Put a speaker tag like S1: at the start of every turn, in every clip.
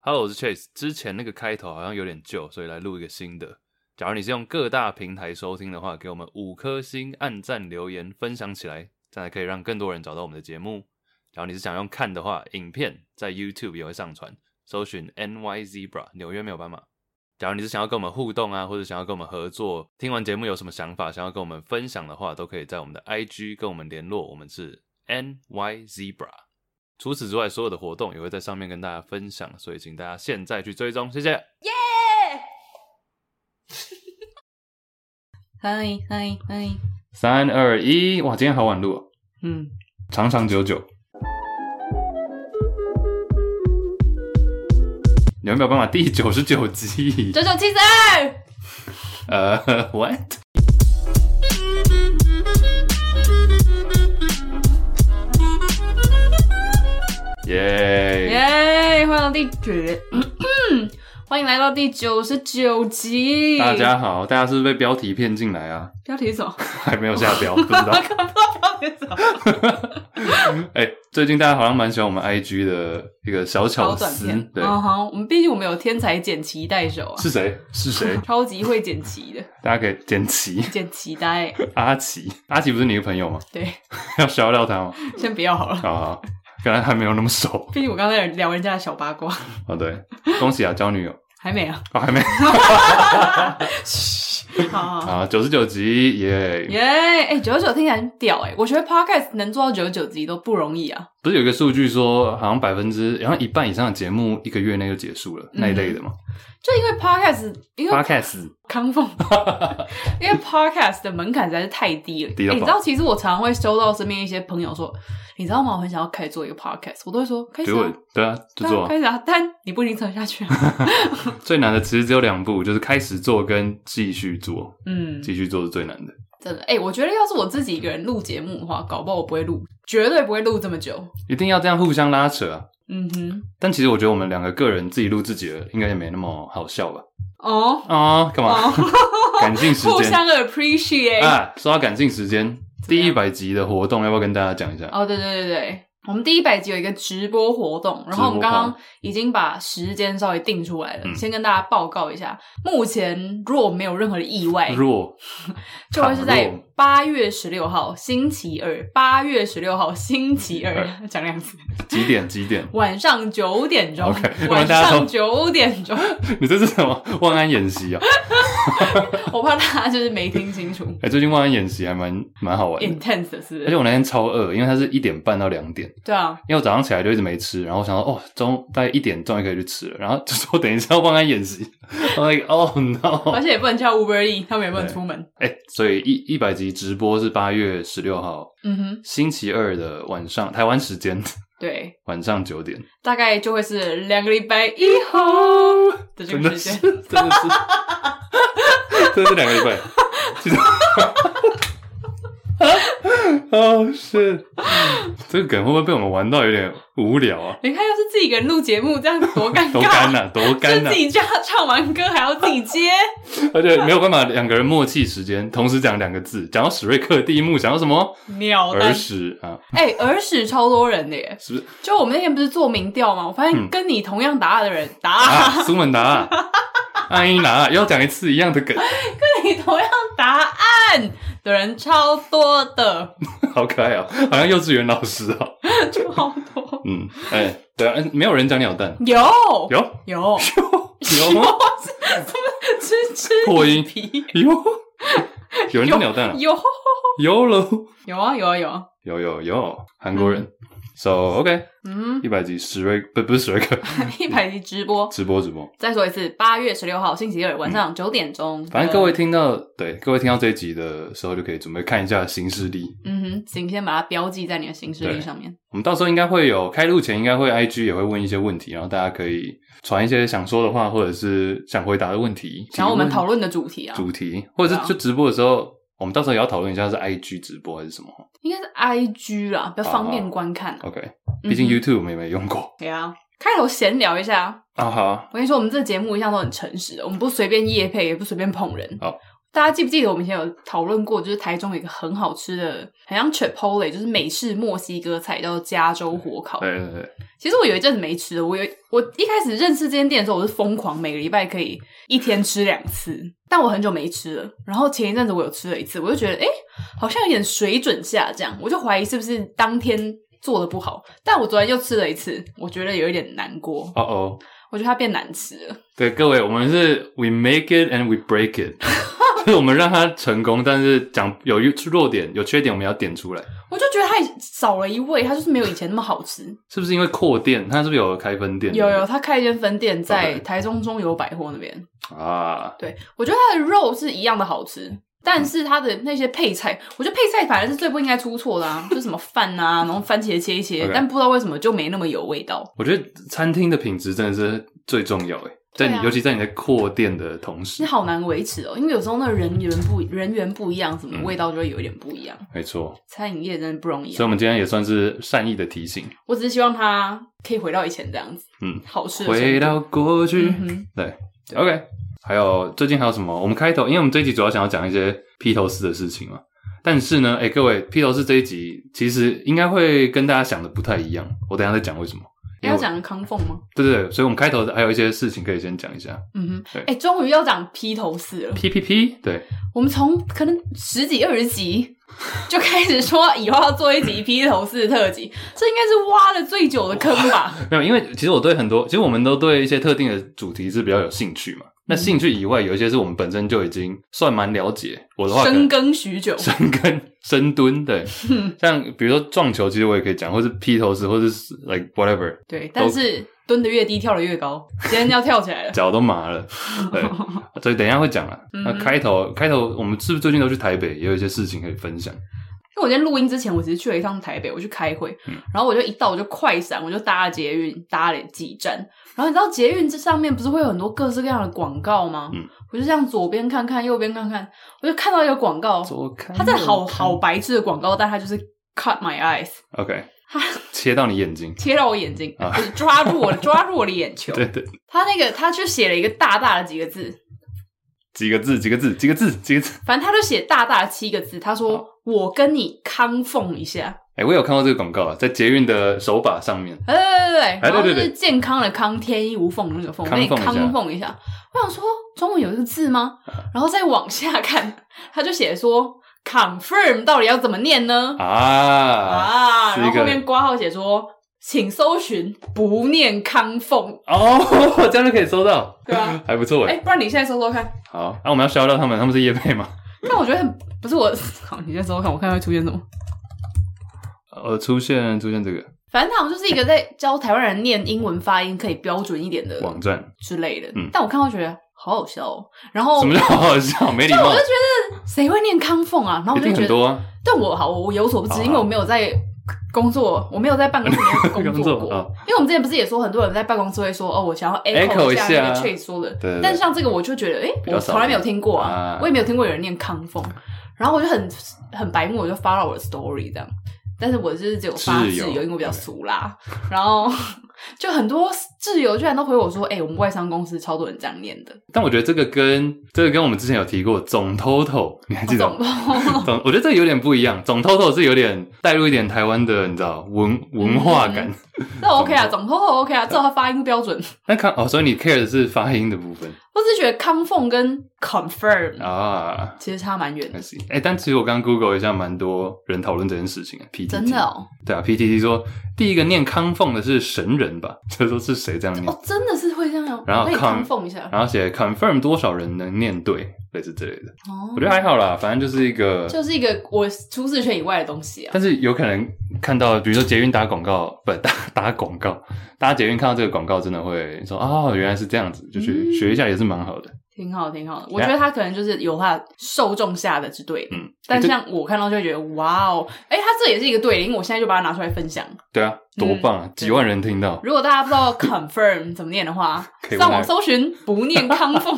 S1: Hello，我是 Chase。之前那个开头好像有点旧，所以来录一个新的。假如你是用各大平台收听的话，给我们五颗星、按赞、留言、分享起来，这样才可以让更多人找到我们的节目。假如你是想用看的话，影片在 YouTube 也会上传，搜寻 NY Zebra 纽约没有斑马。假如你是想要跟我们互动啊，或者想要跟我们合作，听完节目有什么想法，想要跟我们分享的话，都可以在我们的 IG 跟我们联络，我们是 NY Zebra。除此之外，所有的活动也会在上面跟大家分享，所以请大家现在去追踪，谢谢。
S2: 哎 嗨嗨嗨，
S1: 三二一，哇，今天好晚录、哦，
S2: 嗯，
S1: 长长久久。有没有办法？第九十九集，
S2: 九九七十二，
S1: 呃，what？耶！
S2: 耶！欢迎到第九， 欢迎来到第九十九集。
S1: 大家好，大家是不是被标题骗进来啊？
S2: 标题是什么？
S1: 还没有下标，不知道。
S2: 看不到标题是什么？
S1: 哎、最近大家好像蛮喜欢我们 IG 的一个小巧
S2: 超短
S1: 思
S2: 片。，
S1: 对，
S2: 嗯哼，我们毕竟我们有天才剪脐带手啊，？
S1: 是谁？是谁
S2: 超级会剪脐的，
S1: 大家可以剪齐
S2: 剪脐带。
S1: 阿奇，阿奇不是你的朋友吗？
S2: 对，
S1: 要消掉他吗？
S2: 先不要好了，
S1: 好 好，跟他还没有那么熟。
S2: 毕竟我刚才聊人家的小八卦，
S1: 哦，对，恭喜啊，交女友，
S2: 还没啊。
S1: 哦，还 没
S2: 嘘好好好。
S1: 啊，九十九集耶
S2: 耶！哎，九十九听起来很屌哎、我觉得 podcast 能做到九十九集都不容易啊。
S1: 不是有一个数据说，好像百分之，然后一半以上的节目一个月内就结束了、那一类的嘛。
S2: 就因为 podcast，因为
S1: Podcast
S2: 康凤，因为 podcast 的门槛实在是太低了。
S1: 低到爆
S2: 欸你知道，其实我常常会收到身边一些朋友说，你知道吗？我很想要开始做一个 podcast，我都会说开始
S1: 结
S2: 啊、
S1: 果对啊，就
S2: 对啊，
S1: 做、啊
S2: 开。始啊，但你不一定撑得下去、啊。
S1: 最难的其实只有两步，就是开始做跟继续做，
S2: 嗯，
S1: 继续做是最难的。
S2: 真的，哎、我觉得要是我自己一个人录节目的话，搞不好我不会录，绝对不会录这么久。
S1: 一定要这样互相拉扯啊！
S2: 嗯哼，
S1: 但其实我觉得我们两个个人自己录自己的，应该也没那么好笑吧？
S2: 哦，
S1: 啊，干 嘛？感性时
S2: 互
S1: 间
S2: 相 appreciate。
S1: 啊！说到感性时间，
S2: 怎么
S1: 第
S2: 样
S1: 一百集的活动要不要跟大家讲一下？
S2: 哦，对对对对，我们第一百集有一个直播活动，然后我
S1: 直
S2: 们
S1: 播
S2: 刚
S1: 活动
S2: 刚已经把时间稍微定出来了，
S1: 嗯
S2: 先跟大家报告一下，目前若没有任何的意外，
S1: 弱
S2: 就会是在
S1: 倘若
S2: 八月十六号星期二，八月十六号星期二，
S1: 嗯
S2: 讲两次，？
S1: 几点？几点
S2: 晚上九点钟
S1: OK，那
S2: 晚
S1: 大家都
S2: 上九点钟，
S1: 你这是什么万安演习啊？
S2: 我怕大家就是没听清楚
S1: 哎、最近万安演习还蛮蛮好玩的，
S2: ，intense 的是
S1: 而
S2: 不
S1: 且
S2: 是？
S1: 我那天超饿，因为它是一点半到两点，
S2: 对啊，
S1: 因为我早上起来就一直没吃，然后我想说哦，中大概一点终于可以去吃了，然后就说等一下万安演习， 我 like oh no，
S2: 而且也不能叫 Uber E，他们也不能
S1: 对
S2: 出门。
S1: 哎、所以一一百集直播是八月十六号
S2: 嗯哼，
S1: 星期二的晚上，台湾时间
S2: 对，
S1: 晚上九点，
S2: 大概就会是两个礼拜以后的 这
S1: 真
S2: 个
S1: 的
S2: 时
S1: 是
S2: 间。
S1: 真的是，真的是两个礼拜， 其实，哦是，这个梗会不会被我们玩到有点无聊啊？
S2: 你看，要是自己一个人录节目，这样多尴
S1: 多
S2: 尬，
S1: 干呐、多干
S2: 就
S1: 呐、
S2: 自己唱唱完歌还要自己接，
S1: 而且没有办法，两个人默契时间同时讲两个字，讲到史瑞克第一幕，讲到什么
S2: 秒
S1: 儿
S2: 单。
S1: 时啊，
S2: 哎、耳屎超多人的耶！
S1: 是不是
S2: 就我们那天不是做民调吗？我发现
S1: 嗯
S2: 跟你同样答案的人，答案、
S1: 啊？苏门答啊，安伊拿要讲一次一样的梗，
S2: 跟 你同样答案的人超多的，
S1: 好可爱哦、好像幼稚园老师哦、
S2: 就好多。
S1: 嗯，哎、对啊，哎没有人讲鸟蛋，
S2: 有
S1: 有
S2: 有，啊
S1: 有吗？
S2: 吃吃
S1: 破音
S2: 皮
S1: 有，有人讲鸟蛋了，啊
S2: 有
S1: 有喽，
S2: 有啊有啊有啊，
S1: 有有有，韩国人。So OK，
S2: 嗯，
S1: 一百集史瑞不不是史瑞克
S2: 一百集直播，
S1: 直播直播，
S2: 再说一次，八月十六号星期二晚上九点钟。
S1: 嗯反正各位
S2: 呃，
S1: 听到对各位听到这一集的时候，就可以准备看一下新势力。
S2: 嗯哼，请先把它标记在你的行事历
S1: 对
S2: 上面。
S1: 我们到时候应该会有开录前应该会 IG 也会问一些问题，然后大家可以传一些想说的话，或者是想回答的问题，
S2: 然后我们
S1: 提问
S2: 讨论的主题啊，
S1: 主题，或者
S2: 对啊
S1: 是就直播的时候，我们到时候也要讨论一下是 IG 直播还是什么。
S2: 应该是 I G 啦，比较方便观看啊。
S1: OK，
S2: 嗯
S1: 毕竟
S2: 哼
S1: YouTube 我们也没用过
S2: 对啊，开头闲聊一下。
S1: 啊。好啊，
S2: 我跟你说，我们这个节目一向都很诚实的，我们不随便夜配，也不随便捧人。
S1: 好
S2: 大家记不记得我们以前有讨论过，就是台中有一个很好吃的，很像 Chipotle，就是美式墨西哥菜，叫做加州火烤。
S1: 对对对，
S2: 其实我有一阵子没吃了，我有我一开始认识这间店的时候，我是疯狂每个礼拜可以一天吃两次，但我很久没吃了。然后前一阵子我有吃了一次，我就觉得诶好像有点水准下降，我就怀疑是不是当天做的不好。但我昨天又吃了一次，我觉得有一点难过，
S1: 哦哦，
S2: 我觉得它变难吃了。
S1: 对各位，我们是 we make it and we break it，就是 我们让它成功，但是讲有弱点、有缺点，我们要点出来。
S2: 我就觉得它少了一味，它就是没有以前那么好吃。
S1: 是不是因为扩店？它是不是有开分店？
S2: 有有，他开一间分店在
S1: OK
S2: 台中中友百货那边。
S1: 啊，
S2: 对，我觉得它的肉是一样的好吃，
S1: 嗯
S2: 但是它的那些配菜，我觉得配菜反而是最不应该出错的啊，就是什么饭啊，然后番茄切一切
S1: OK
S2: 但不知道为什么就没那么有味道。
S1: 我觉得餐厅的品质真的是最重要诶，在你、
S2: 对啊
S1: 尤其在你在扩店的同时
S2: 你，好难维持哦，因为有时候那个人员不人员不一样，什么
S1: 嗯
S2: 味道就会有一点不一样。
S1: 没错。
S2: 餐饮业真的不容易
S1: 所以，
S2: 啊、
S1: 我们今天也算是善意的提醒，
S2: 我只是希望它可以回到以前这样子，
S1: 嗯，
S2: 好吃的程度
S1: 回到过去。
S2: 嗯哼，
S1: 对，OK。还有最近还有什么？我们开头，因为我们这一集主要想要讲一些披头士的事情嘛。但是呢，哎、各位，披头士这一集其实应该会跟大家想的不太一样。我等一下再讲为什么。因
S2: 要
S1: 为我
S2: 讲康凤吗？
S1: 对对对，所以我们开头还有一些事情可以先讲一下。
S2: 嗯哼
S1: 对，
S2: 哎、终于要讲披头士了。
S1: P P P，对，
S2: 我们从可能十几二十集就开始说以后要做一集披头士特辑， 这应该是挖的最久的坑 吧？
S1: 没有，因为其实我对很多，其实我们都对一些特定的主题是比较有兴趣嘛。那兴趣以外，有一些是我们本身就已经算蛮了解。我的话，可能
S2: 深耕许久。
S1: 深耕深蹲， 对，像比如说撞球，其实我也可以讲，或是披头士，或者是 like whatever，
S2: 对，但是蹲得越低，跳得越高。今天要跳起来了，
S1: 脚都麻了，对，所以等一下会讲了。
S2: 嗯
S1: 那开头开头，我们是不是最近都去台北，也有一些事情可以分享？
S2: 因为我今天录音之前，我其实去了一趟台北，我去开会，
S1: 嗯
S2: 然后我就一到我就快闪，我就搭了捷运，搭了几站。然后你知道捷运这上面不是会有很多各式各样的广告吗？
S1: 嗯
S2: 我就这样左边看看，右边看看，我就看到一个广告，
S1: 左看
S2: 它真的好
S1: 右看
S2: 好白痴的广告，但它就是 cut my eyes。
S1: ，OK，
S2: 它
S1: 切到你眼睛，
S2: 切到我眼睛，
S1: 啊
S2: 就是抓住我， 抓住我的眼球。
S1: 对对，
S2: 他那个，他就写了一个大大的几个字，
S1: 几个字，几个字，几个字，几个字。
S2: 反正他就写大大的七个字。他说：“我跟你康凤一下。
S1: 哎、我有看过这个广告啊，在捷运的手把上面”，
S2: 哎，对对对，
S1: 哎
S2: 然后
S1: 对对
S2: 就是健康的康，天衣无缝的那个缝，
S1: 康
S2: 跟你
S1: 凤一下
S2: 康凤一下。我想说，中文有这个字吗？然后再往下看， 他就写说 “confirm” 到底要怎么念呢？
S1: 啊，
S2: 啊，
S1: 是一
S2: 然后
S1: 个
S2: 后面挂号写说。请搜寻不念康凤，
S1: 哦， 这样就可以收到，
S2: 对啊，
S1: 还不错哎、
S2: 哎、不然你现在搜搜看，
S1: 好，啊那、我们要消掉他们，他们是叶配吗？
S2: 但我觉得很不是我，好，你先搜搜看，我看会出现什么。
S1: 呃，出现出现这个
S2: 反正它好像就是一个在教台湾人念英文发音可以标准一点的
S1: 网站，
S2: 之类的。
S1: 嗯
S2: 但我看到觉得好好笑哦。然后
S1: 什么叫好好笑？没礼
S2: 就我
S1: 貌
S2: 就，觉得谁会念康凤啊？然后我
S1: 一
S2: 就
S1: 定
S2: 觉
S1: 很
S2: 得，
S1: 多啊。
S2: 但我好，我有所不
S1: 好
S2: 知，
S1: 好
S2: 因为我没有在工作，我没有在办公室里 面
S1: 工
S2: 工
S1: 作
S2: 作过
S1: 好。
S2: 因为我们之前不是也说很多人在办公室会说哦，我想要 echo
S1: echo 一
S2: 下
S1: 下
S2: 那个 t r a 说的，
S1: 对对对
S2: 但像这个我就觉得，诶，
S1: 比较
S2: 我
S1: 少
S2: 从来没有听过啊
S1: 啊，
S2: 我也没有听过有人念康凤，然后我就很很白目，我就发到我的 story 这样，但是我就是只有发
S1: 挚
S2: 自
S1: 友
S2: 由，因为我比较俗啦，然后 就很多挚友居然都回我说，诶，我们外商公司超多人这样念的，
S1: 但我觉得这个跟这个跟我们之前有提过总 total，你还 记得
S2: 哦总
S1: 吗？ 总，我觉得这个有点不一样。总 total 是有点带入一点台湾的，你知道文文
S2: 嗯
S1: 化感。
S2: 这 OK 啊，总 t o OK 啊，至少他发音标准。
S1: 那看哦，所以你 care 的是发音的部分
S2: 我只是觉得康凤跟 confirm
S1: 啊。
S2: 其实差蛮远的
S1: I，see。哎，但其实我刚 Google 一下，蛮多人讨论这件事情。PTT
S2: 真的哦。
S1: 对啊，PTT 说第一个念康凤的是神人吧？就说是谁这样念
S2: 哦，？真的是会这样哦，
S1: 嗯然后
S2: 我可以
S1: con-
S2: 康凤一下。
S1: 然后写 confirm 多少人能念对，类似之类的。
S2: 哦
S1: 我觉得还好啦，反正就是一个
S2: 就是一个我舒适圈以外的东西啊。
S1: 但是有可能看到，比如说捷运打广告，不打打广告，大家捷运看到这个广告，真的会说哦，原来是这样子，就去
S2: 嗯
S1: 学一下也是蛮好的。
S2: 挺好，挺好的。我觉得他可能就是有他受众下的是对的，
S1: 嗯，
S2: 但
S1: 欸这
S2: 像我看到就会觉得哇哦，哎、他这也是一个对的，因为我现在就把它拿出来分享。
S1: 对啊，多棒
S2: 嗯
S1: 啊！几万人听到，
S2: 如果大家不知 道 confirm 怎么念的话
S1: 可，以问他
S2: 上网搜寻不念康 凤，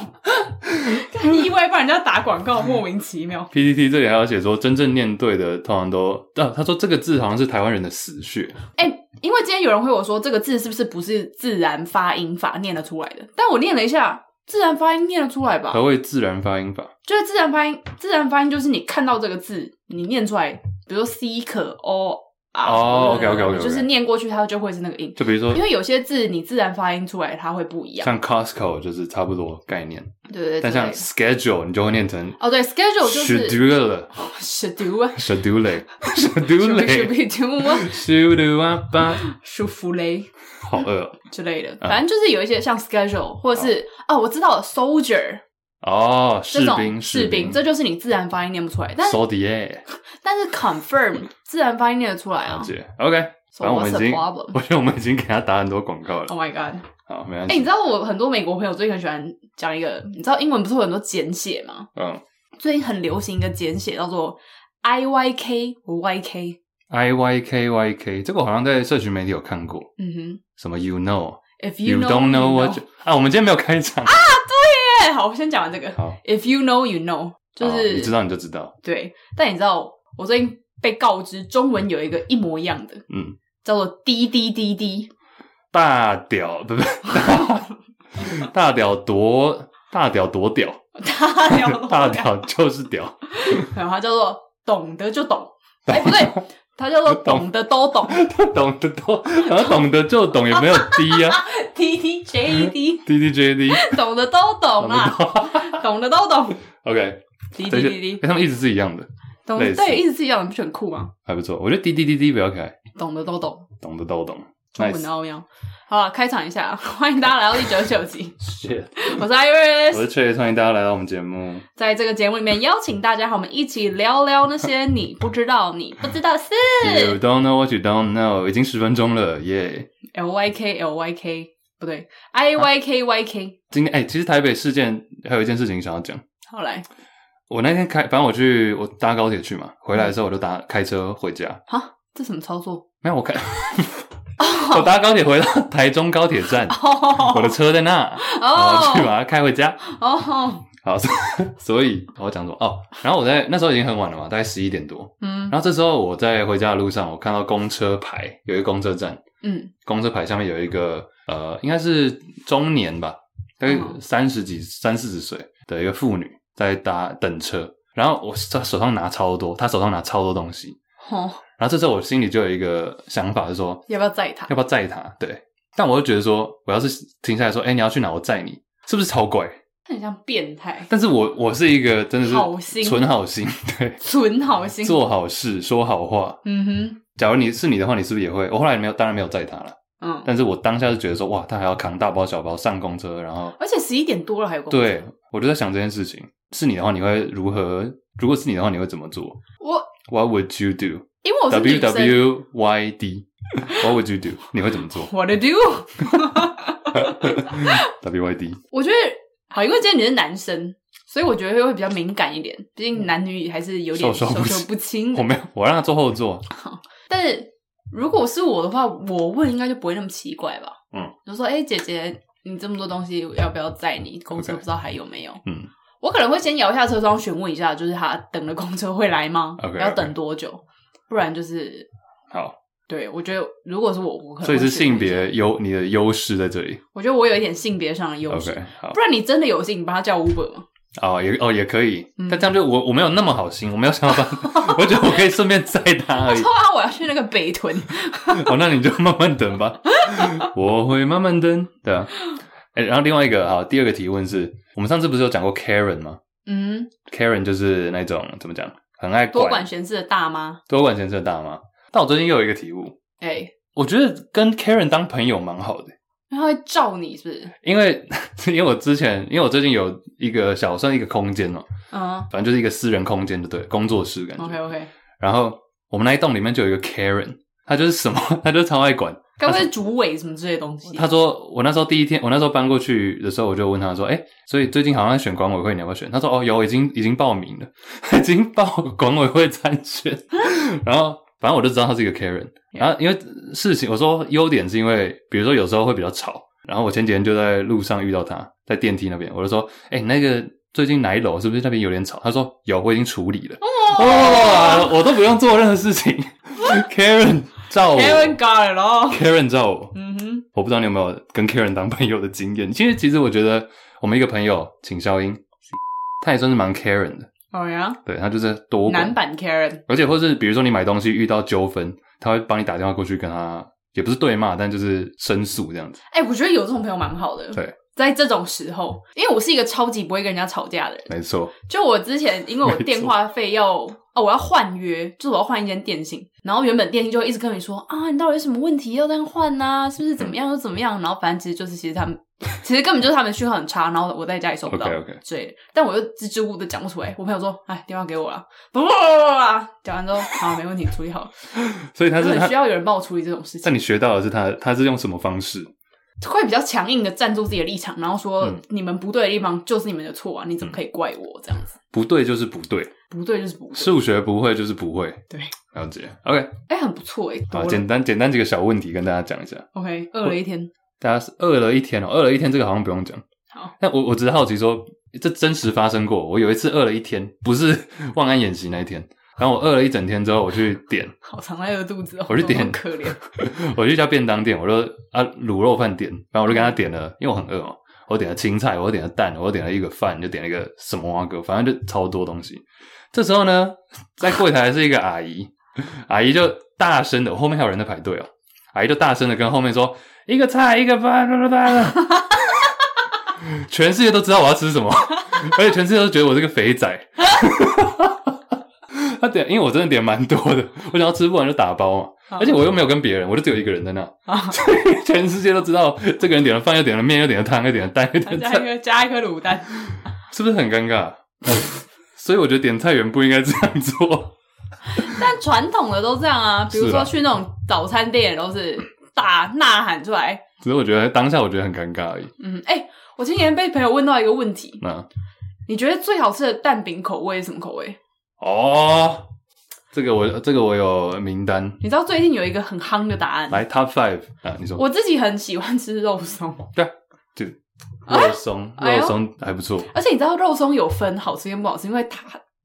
S2: 看意外帮人家打广告，莫名其妙。
S1: PPT 这里还要写说，真正念对的通常都，啊，他说这个字好像是台湾人的死穴，
S2: 哎、因为今天有人回我说这个字是不是不是自然发音法念得出来的？但我念了一下，自然发音念得出来吧
S1: 还？会自然发音法，
S2: 就是自然发音，自然发音就是你看到这个字，你念出来，比如说 c 可 o 啊，
S1: 哦
S2: 什么的
S1: OK，OK，OK，OK 嗯
S2: 就是念过去它就会是那个音。
S1: 就比如说
S2: 因为有些字你自然发音出来，它会不一样，
S1: 像 Costco 就是差不多概念，
S2: 对对对。
S1: 但像
S2: 之类的
S1: schedule 你就会念成
S2: 哦，对，schedule 就是
S1: schedule
S2: schedule 啊
S1: schedule
S2: ，schedule
S1: schedule
S2: schedule 啊
S1: schedule 啊吧，
S2: 舒芙蕾
S1: 好饿哦
S2: 之类的，
S1: 啊
S2: 反正就是有一些像 schedule 或者是哦，我知道了，soldier
S1: 哦，
S2: 这
S1: 士
S2: 种
S1: 兵
S2: 士兵，这就是你自然发音念不出来，但哦
S1: soldier
S2: 但是 confirm 自然发音念得出来啊
S1: 了。解 OK，
S2: So
S1: 反正我们
S2: what's
S1: 已
S2: the
S1: 经，
S2: problem?
S1: 我觉得我们已经给他打很多广告了
S2: Oh，my god！
S1: 好，没关
S2: 哎、
S1: 系，
S2: 你知道我很多美国朋友最近很喜欢讲一个，你知道英文不是会有很多简写吗？
S1: 嗯
S2: 最近很流行一个简写叫做 I Y K Y K，
S1: ，I Y K Y K 这个我好像在社群媒体有看过，
S2: 嗯
S1: 什么 you know。
S2: 哼，If
S1: You
S2: you know
S1: don't know
S2: you
S1: what you- 啊，我们今天没有开场。
S2: 哎，好，我先讲完这个。
S1: 好
S2: If you know you know，就
S1: 哦
S2: 是、
S1: 你知道你就知道，
S2: 对，但你知道我最近被告知中文有一个一模一样的，
S1: 嗯，
S2: 叫做滴滴滴滴，
S1: 大屌不不，大屌多大屌多屌，
S2: 大屌
S1: 大屌就是屌，
S2: 然后它叫做懂得就懂，哎、不对，它叫做懂得都 懂
S1: 懂得 多，然后懂得就懂，也没有低啊
S2: ，T T J D，
S1: ，D D J D，
S2: 懂得都懂啊，懂得都 懂，
S1: OK，
S2: 滴滴
S1: 这些
S2: 滴
S1: 哎
S2: 滴，
S1: 他们一直是一样的，
S2: 懂
S1: 类
S2: 得
S1: 似
S2: 对，一直是一样的，你不是很酷吗？
S1: 还不错，我觉得滴滴滴滴比较可爱，
S2: 懂得都懂，
S1: 懂得都懂
S2: 中文的哦
S1: ，nice
S2: 奥妙。好了，开场一下，欢迎大家来到第九十九集，
S1: shit，
S2: 我是 Iris，
S1: 我是 Trey，欢迎大家来到我们节目，
S2: 在这个节目里面邀请大家和我们一起聊聊那些你不知道、你不知道的事。
S1: You don't know what you don't know，已经十分钟了，耶、
S2: L Y K L Y K 不对，I Y K Y K。
S1: 今天哎、其实台北事件还有一件事情想要讲。
S2: 好来，
S1: 我那天开，反正我去，我搭高铁去嘛，回来的时候我就搭开车回家。
S2: 哈，这什么操作？
S1: 没有，我开， 我搭高铁回到台中高铁站，我的
S2: 哦
S1: 车在那，然后去
S2: 哦
S1: 把它开回家。
S2: 哦，
S1: 好，所以 所以我要讲什么？哦，然后我在那时候已经很晚了嘛，大概十一点多。
S2: 嗯
S1: 然后这时候我在回家的路上，我看到公车牌有一个公车站，
S2: 嗯
S1: 公车牌下面有一个呃，应该是中年吧，大概
S2: 嗯
S1: 三十几、三四十岁的一个妇女在搭等车，然后我她手上拿超多，她手上拿超多东西，
S2: 哦，
S1: 然后这时候我心里就有一个想法，是说
S2: 要不要载他
S1: 要？不要载她？对，但我又觉得说，我要是停下来说，哎、你要去哪？我载你，是不是超怪？
S2: 他很像变态，
S1: 但是我我是一个真的是
S2: 好心
S1: 存好心，对，
S2: 存好心。
S1: 做好事说好话。
S2: 嗯哼，
S1: 假如你是你的话，你是不是也会？我后来没有，当然没有载她了。
S2: 嗯，
S1: 但是我当下就觉得说，哇，他还要扛大包小包上公车，然后
S2: 而且十一点多了还有工作
S1: 对我就在想这件事情，是你的话你会如何？如果是你的话，你会怎么做
S2: 我
S1: ？What would you do?
S2: 因为我是
S1: W
S2: 女生。
S1: W Y D. What would you do? 你会怎么做
S2: What to do？
S1: ？W Y D.
S2: 我觉得好，因为今天你是男生，所以我觉得会比较敏感一点，毕竟男女还是有点
S1: 授
S2: 授
S1: 嗯受不
S2: 受不亲
S1: 我
S2: 的。
S1: 没有，我让他坐后座。
S2: 但是如果是我的话，我问应该就不会那么奇怪吧？
S1: 嗯，
S2: 就说哎、姐姐，你这么多东西要不要载你？公车
S1: OK
S2: 不知道还有没有
S1: 嗯，
S2: 我可能会先摇一下车窗询问一下，就是他等的公车会来吗
S1: OK，OK
S2: 要等多久？不然就是
S1: 好，
S2: 对我觉得，如果是我，我可能
S1: 所以
S2: 会
S1: 是
S2: 询问
S1: 性
S2: 一下
S1: 别，优，你的优势在这里。
S2: 我觉得我有一点性别上的优势。嗯
S1: OK，好
S2: 不然你真的有幸，你把他叫 Uber 吗？
S1: 哦，也哦也可以，
S2: 嗯
S1: 但这样就我我没有那么好心，我没有想要帮， 我觉得我可以顺便载他而已
S2: 说。啊，我要去那个北 屯，
S1: 哦，那你就慢慢等吧，我会慢慢等。对啊，哎、然后另外一个好，第二个提问是我们上次不是有讲过 Karen 吗
S2: 嗯，
S1: ？Karen 就是那种怎么讲，很爱
S2: 多
S1: 管
S2: 管闲事的大妈。
S1: 多管闲事的大妈。但我最近又有一个体悟，
S2: 哎、
S1: 我觉得跟 Karen 当朋友蛮好的，
S2: 那他会照你是不是？
S1: 因为因为我之前因为我最近有一个小算一个空间嘛，
S2: 嗯
S1: 反正就是一个私人空间，就对了，工作室感觉。
S2: ，OK OK，
S1: 然后我们那一栋里面就有一个 Karen，她就是什么，她就是超爱管。
S2: 该不会是主委什么之类的东西？
S1: 他说，我那时候第一天，我那时候搬过去的时候，我就问他说：“哎、所以最近好像在选管委会，你要不要选？”他说：“哦，有，已经已经报名了， 已经报管委会参选。” 然后反正我就知道他是一个 Karen。然后因为事情，我说优点是因为，比如说有时候会比较吵。然后我前几天就在路上遇到他，在电梯那边，我就说：“哎、那个最近哪一楼是不是那边有点吵？”他说：“有，我已经处理了。”
S2: 哦
S1: 哇、我都不用做任何事情， Karen 照我
S2: Karen got it all。
S1: Karen 照我，
S2: 嗯哼，
S1: 我不知道你有没有跟 Karen 当朋友的经验。其实，其实我觉得我们一个朋友请消音，他也算是蛮 Karen 的，
S2: 好呀，
S1: 对他就是多管
S2: Oh, 男版 Karen，
S1: 而且或是比如说你买东西遇到纠纷，他会帮你打电话过去跟他，也不是对骂，但就是申诉这样子。
S2: 哎、我觉得有这种朋友蛮好的。
S1: 对，
S2: 在这种时候，因为我是一个超级不会跟人家吵架的人，
S1: 没错，
S2: 就我之前因为我电话费要哦，我要换约，就是我要换一间电信，然后原本电信就会一直跟你说啊，你到底有什么问题要这样换呐、是不是怎么样又怎么样？然后反正其实就是其实他们 其实根本就是他们讯号很差，然后我在家里收不到
S1: OK，OK
S2: 之类的，但我又支支吾吾的讲不出来。我朋友说，哎，电话给我啦，不不不不不，讲完之后好没问题，处理 好了。
S1: 所以他
S2: 我
S1: 是
S2: 很
S1: 他
S2: 需。要有人帮我处理这种事
S1: 那
S2: 情，
S1: 你学到的是他，他是用什么方式？
S2: 会比较强硬的站住自己的立场，然后说、
S1: 嗯
S2: 你们不对的地方就是你们的错啊，你怎么可以怪我这样子？
S1: 不对就是不对，
S2: 不对就是不对，
S1: 数学不会就是不会。
S2: 对，
S1: 了解。OK，
S2: 哎、很不错哎、多
S1: 好，
S2: 了
S1: 简单简单几个小问题跟大家讲一下。
S2: OK，饿了一天，
S1: 大家是饿了一天哦，饿了一天这个好像不用讲。
S2: 好，
S1: 但我我只是好奇说，这真实发生过。我有一次饿了一天，不是 万安演习那一天，然后我饿了一整天之后，我去点，
S2: 好常在饿肚子哦，
S1: 我去
S2: 怎么那
S1: 点
S2: 么 可怜。
S1: 我去一家便当店，我就啊卤肉饭点，然后我就跟他点了，因为我很饿嘛，我点了青菜，我点了蛋，我点了一个饭，就点了一个什么蛙哥，反正就超多东西。这时候呢，在柜台是一个阿姨，阿姨就大声的，后面还有人在排队哦，阿姨就大声的跟后面说：“一个菜，一个饭，啦啦啦啦。” 全世界都知道我要吃什么，而且全世界都觉得我是个肥仔。 他点，因为我真的点蛮多的，我想要吃不完就打包嘛。
S2: 好
S1: 而且我又没有跟别人，我就只有一个人在那，
S2: 啊
S1: 所以全世界都知道这个人点了饭，又点了面，又点了汤，又点了蛋，又点了
S2: 加一
S1: 菜，
S2: 颗加一颗卤蛋，
S1: 是不是很尴尬？ 所以我觉得点菜员不应该这样做。
S2: 但传统的都这样啊，比如
S1: 是啊
S2: 说去那种早餐店都是大呐喊出来。
S1: 只是我觉得当下我觉得很尴尬而已。
S2: 嗯，哎、我今年被朋友问到一个问题，
S1: 那
S2: 你觉得最好吃的蛋饼口味是什么口味？
S1: 哦，这个我这个我有名单，
S2: 你知道最近有一个很夯的答案，
S1: 来 Top Five 啊，你说
S2: 我自己很喜欢吃肉松，
S1: 对啊，就肉松，
S2: 哎呦
S1: 肉松还不错。
S2: 而且你知道肉松有分好吃跟不好吃，因为它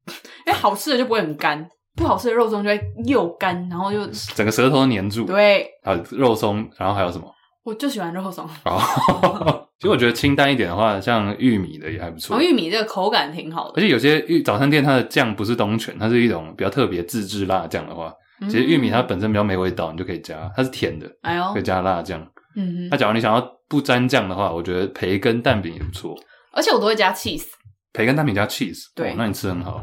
S2: 因为好吃的就不会很干，不好吃的肉松就会又干，然后又
S1: 整个舌头都粘住，
S2: 对，
S1: 还有肉松，然后还有什么？
S2: 我就喜欢肉松。
S1: 哦， 其实我觉得清淡一点的话，像玉米的也还不错
S2: 然后。哦玉米这个口感挺好的
S1: 而，且有些玉早餐店它的酱不是东泉，它是一种比较特别自制辣酱的话，其实玉米它本身比较没味道，你就可以加，它是甜的，
S2: 嗯哎呦
S1: 可以，加辣酱。
S2: 嗯
S1: 那
S2: 哼，
S1: 假如你想要不沾酱的话，我觉得培根蛋饼也不错，
S2: 而且我都会加 cheese。
S1: 培根蛋饼加 cheese，
S2: 对
S1: 哦那你吃很 好，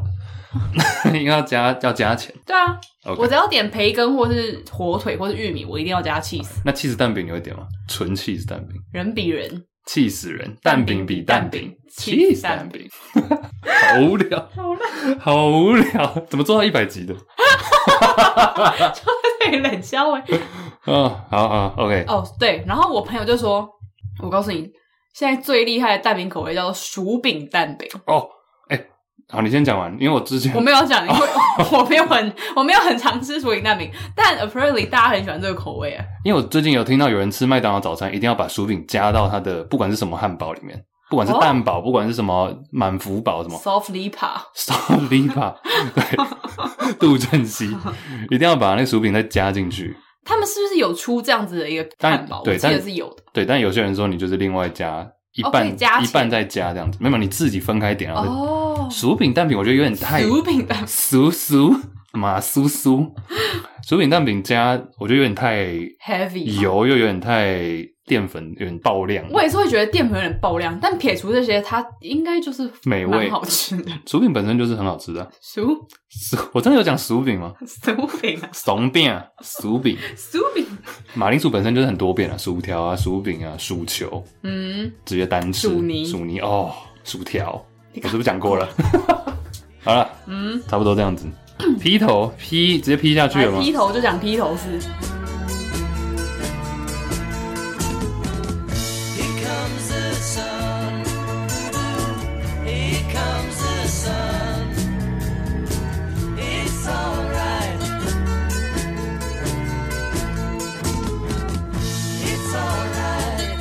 S1: 应该要加要加钱。
S2: 对啊
S1: OK
S2: 我只要点培根或是火腿或是玉米，我一定要加 cheese。
S1: 那 cheese 蛋饼你会点吗？纯 cheese 蛋饼，
S2: 人比人，
S1: 气死人！蛋饼比蛋饼
S2: ，cheese
S1: ，cheese 蛋饼，好无聊，
S2: 好累，
S1: 好无聊，怎么做到一百级的？
S2: 对，冷笑哎。
S1: 啊，好好，OK，
S2: 哦，对，然后我朋友就说，我告诉你，现在最厉害的蛋饼口味叫做薯饼蛋饼。
S1: 哦，哎，好，你先讲完，因为我之前
S2: 我没有讲，因为
S1: 哦
S2: 我没有很我没有很常吃薯饼蛋饼，但 apparently 大家很喜欢这个口味啊。
S1: 因为我最近有听到有人吃麦当劳早餐，一定要把薯饼加到他的不管是什么汉堡里面，不管是
S2: 哦
S1: 蛋堡，不管是什么满福堡，什么
S2: soft lipa，
S1: s o l i p a 对，杜振熙一定要把那个薯饼再加进去。
S2: 他们是不是有出这样子的一个
S1: 但
S2: 汉堡？我
S1: 对
S2: 记得
S1: 但
S2: 是有的。
S1: 对，但有些人说你就是另外加一
S2: 哦
S1: 半，
S2: 可以加
S1: 一
S2: 钱
S1: 半再加这样子，没有你自己分开点，然后再、
S2: 哦，
S1: 薯饼蛋饼，我觉得有点太
S2: 薯饼蛋
S1: 酥酥马酥酥，薯饼蛋饼加我觉得有点太
S2: heavy 吗
S1: 油，又有点太淀粉，有点爆量。
S2: 我也是会觉得淀粉有点爆量，但撇除这些，它应该就是
S1: 美味
S2: 蛮好吃的
S1: 薯饼本身就是很好吃的啊、
S2: 薯
S1: 薯，我真的有讲薯饼吗？
S2: 薯饼啊，
S1: 怂饼啊，薯饼，
S2: 薯饼，
S1: 马铃薯本身就是很多变啊，薯条啊，薯饼啊，薯球，
S2: 嗯，
S1: 直接单吃。
S2: 薯泥
S1: 薯泥哦，薯条，我是不是讲过了？ 好了，嗯，差不多这样子。劈头劈，直接劈下去
S2: 来
S1: 了吗？
S2: 哎劈头就讲劈头是
S3: Here comes the sun. Here comes the sun. It's alright. It's alright.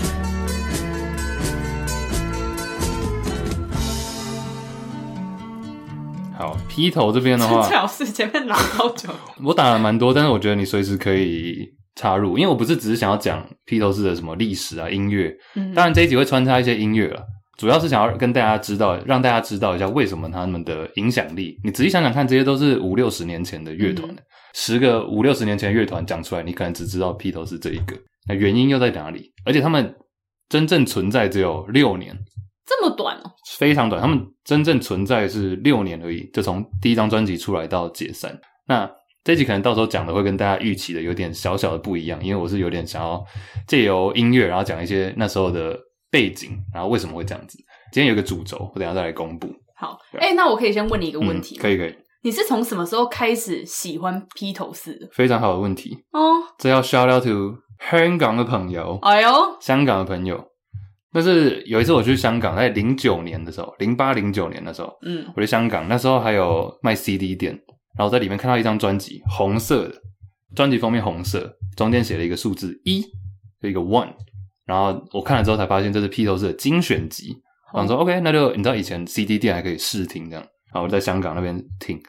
S1: 好，劈头这边的话，
S2: 最好是前面拿好久。
S1: 我打了蛮多，但是我觉得你随时可以插入，因为我不是只是想要讲披头士的什么历史啊、音乐，
S2: 嗯
S1: 当然这一集会穿插一些音乐了，主要是想要跟大家知道，让大家知道一下为什么他们的影响力。你仔细想想看，这些都是五六十年前的乐团，十个五六十年前的乐团讲出来，你可能只知道披头士这一个，那原因又在哪里？而且他们真正存在只有六年，
S2: 这么短哦，
S1: 非常短，他们真正存在是六年而已，就从第一张专辑出来到解散。那这集可能到时候讲的会跟大家预期的有点小小的不一样，因为我是有点想要借由音乐，然后讲一些那时候的背景，然后为什么会这样子。今天有个主轴，我等一下再来公布。
S2: 好，
S1: 对啊
S2: 哎、那我可以先问你一个问题、
S1: 嗯，可以可以，
S2: 你是从什么时候开始喜欢披头士的？
S1: 非常好的问题。
S2: 哦，
S1: 这要 shout out to 香港的朋友，
S2: 哎呦，
S1: 香港的朋友。但是有一次我去香港，在零九年的时候，零八零九年的时候，
S2: 嗯，
S1: 我在香港那时候还有卖 CD 店，然后在里面看到一张专辑，红色的，专辑封面红色，中间写了一个数字一，就一个 one。然后我看了之后才发现这是披头士的精选集，我
S2: 哦
S1: 想说 OK，那就你知道以前 CD 店还可以试听这样，然后我在香港那边听，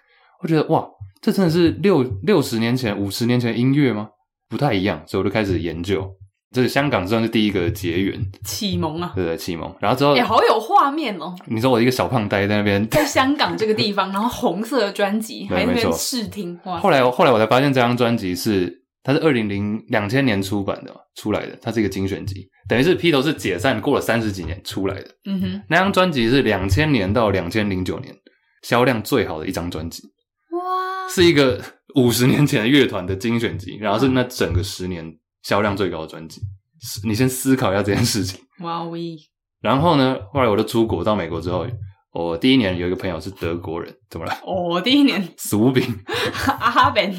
S1: 我觉得哇，这真的是六六十年前、五十年前的音乐吗？不太一样，所以我就开始研究。这是香港算是第一个结缘，
S2: 启蒙啊，
S1: 对对，启蒙。然后之后
S2: 哎、，好有画面哦，
S1: 你说我一个小胖呆在那 边
S2: 在香港这个 地方，然后红色的专辑
S1: 对
S2: 还在那
S1: 没
S2: 边
S1: 错
S2: 试听，哇，
S1: 后来，后来我才发现这张专辑是它是二零零两千年出版的嘛，出来的，它是一个精选集，等于是披头士解散过了三十几年出来的。
S2: 嗯哼，
S1: 那张专辑是两千年到两千零九年销量最好的一张专辑，
S2: 哇，
S1: 是一个五十年前的乐团的精选集，然后是那整个十年销量最高的专辑。思你先思考一下这件事情。
S2: 哇喂，
S1: 然后呢，后来我就出国到美国之后，我第一年有一个朋友是德国人，怎么了？
S2: 哦我第一年
S1: 俗饼。
S2: 阿本，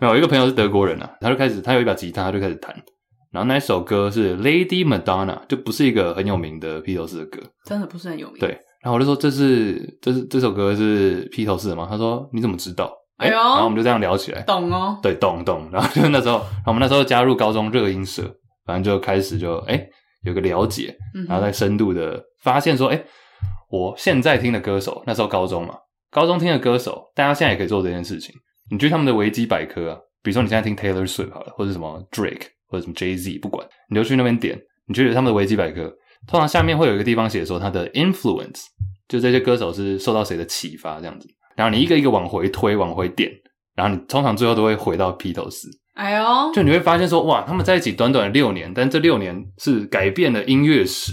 S1: 没有，我一个朋友是德国人啊，他就开始，他有一把吉他，他就开始弹。然后那一首歌是 Lady Madonna，就不是一个很有名的披头士的歌。
S2: 真的不是很有名，
S1: 对，，然后我就说这是这是这首歌是披头士的吗？他说你怎么知道？
S2: 哎呦
S1: 然后我们就这样聊起来。
S2: 懂哦，
S1: 对，懂懂。然后就那时候，然后我们那时候加入高中热音社，反正就开始就哎有个了解，
S2: 嗯
S1: 然后
S2: 哼，
S1: 再深度的发现说，哎、我现在听的歌手，那时候高中嘛，高中听的歌手，大家现在也可以做这件事情。你去他们的维基百科啊，比如说你现在听 Taylor Swift 好了，或者什么 Drake 或者什么 Jay Z，不管，你就去那边点，你去他们的维基百科，通常下面会有一个地方写说他的 influence，就这些歌手是受到谁的启发这样子。然后你一个一个往回推，往回点，然后你通常最后都会回到披头士。
S2: 哎呦，
S1: 就你会发现说，哇，他们在一起短短的六年，但这六年是改变了音乐史。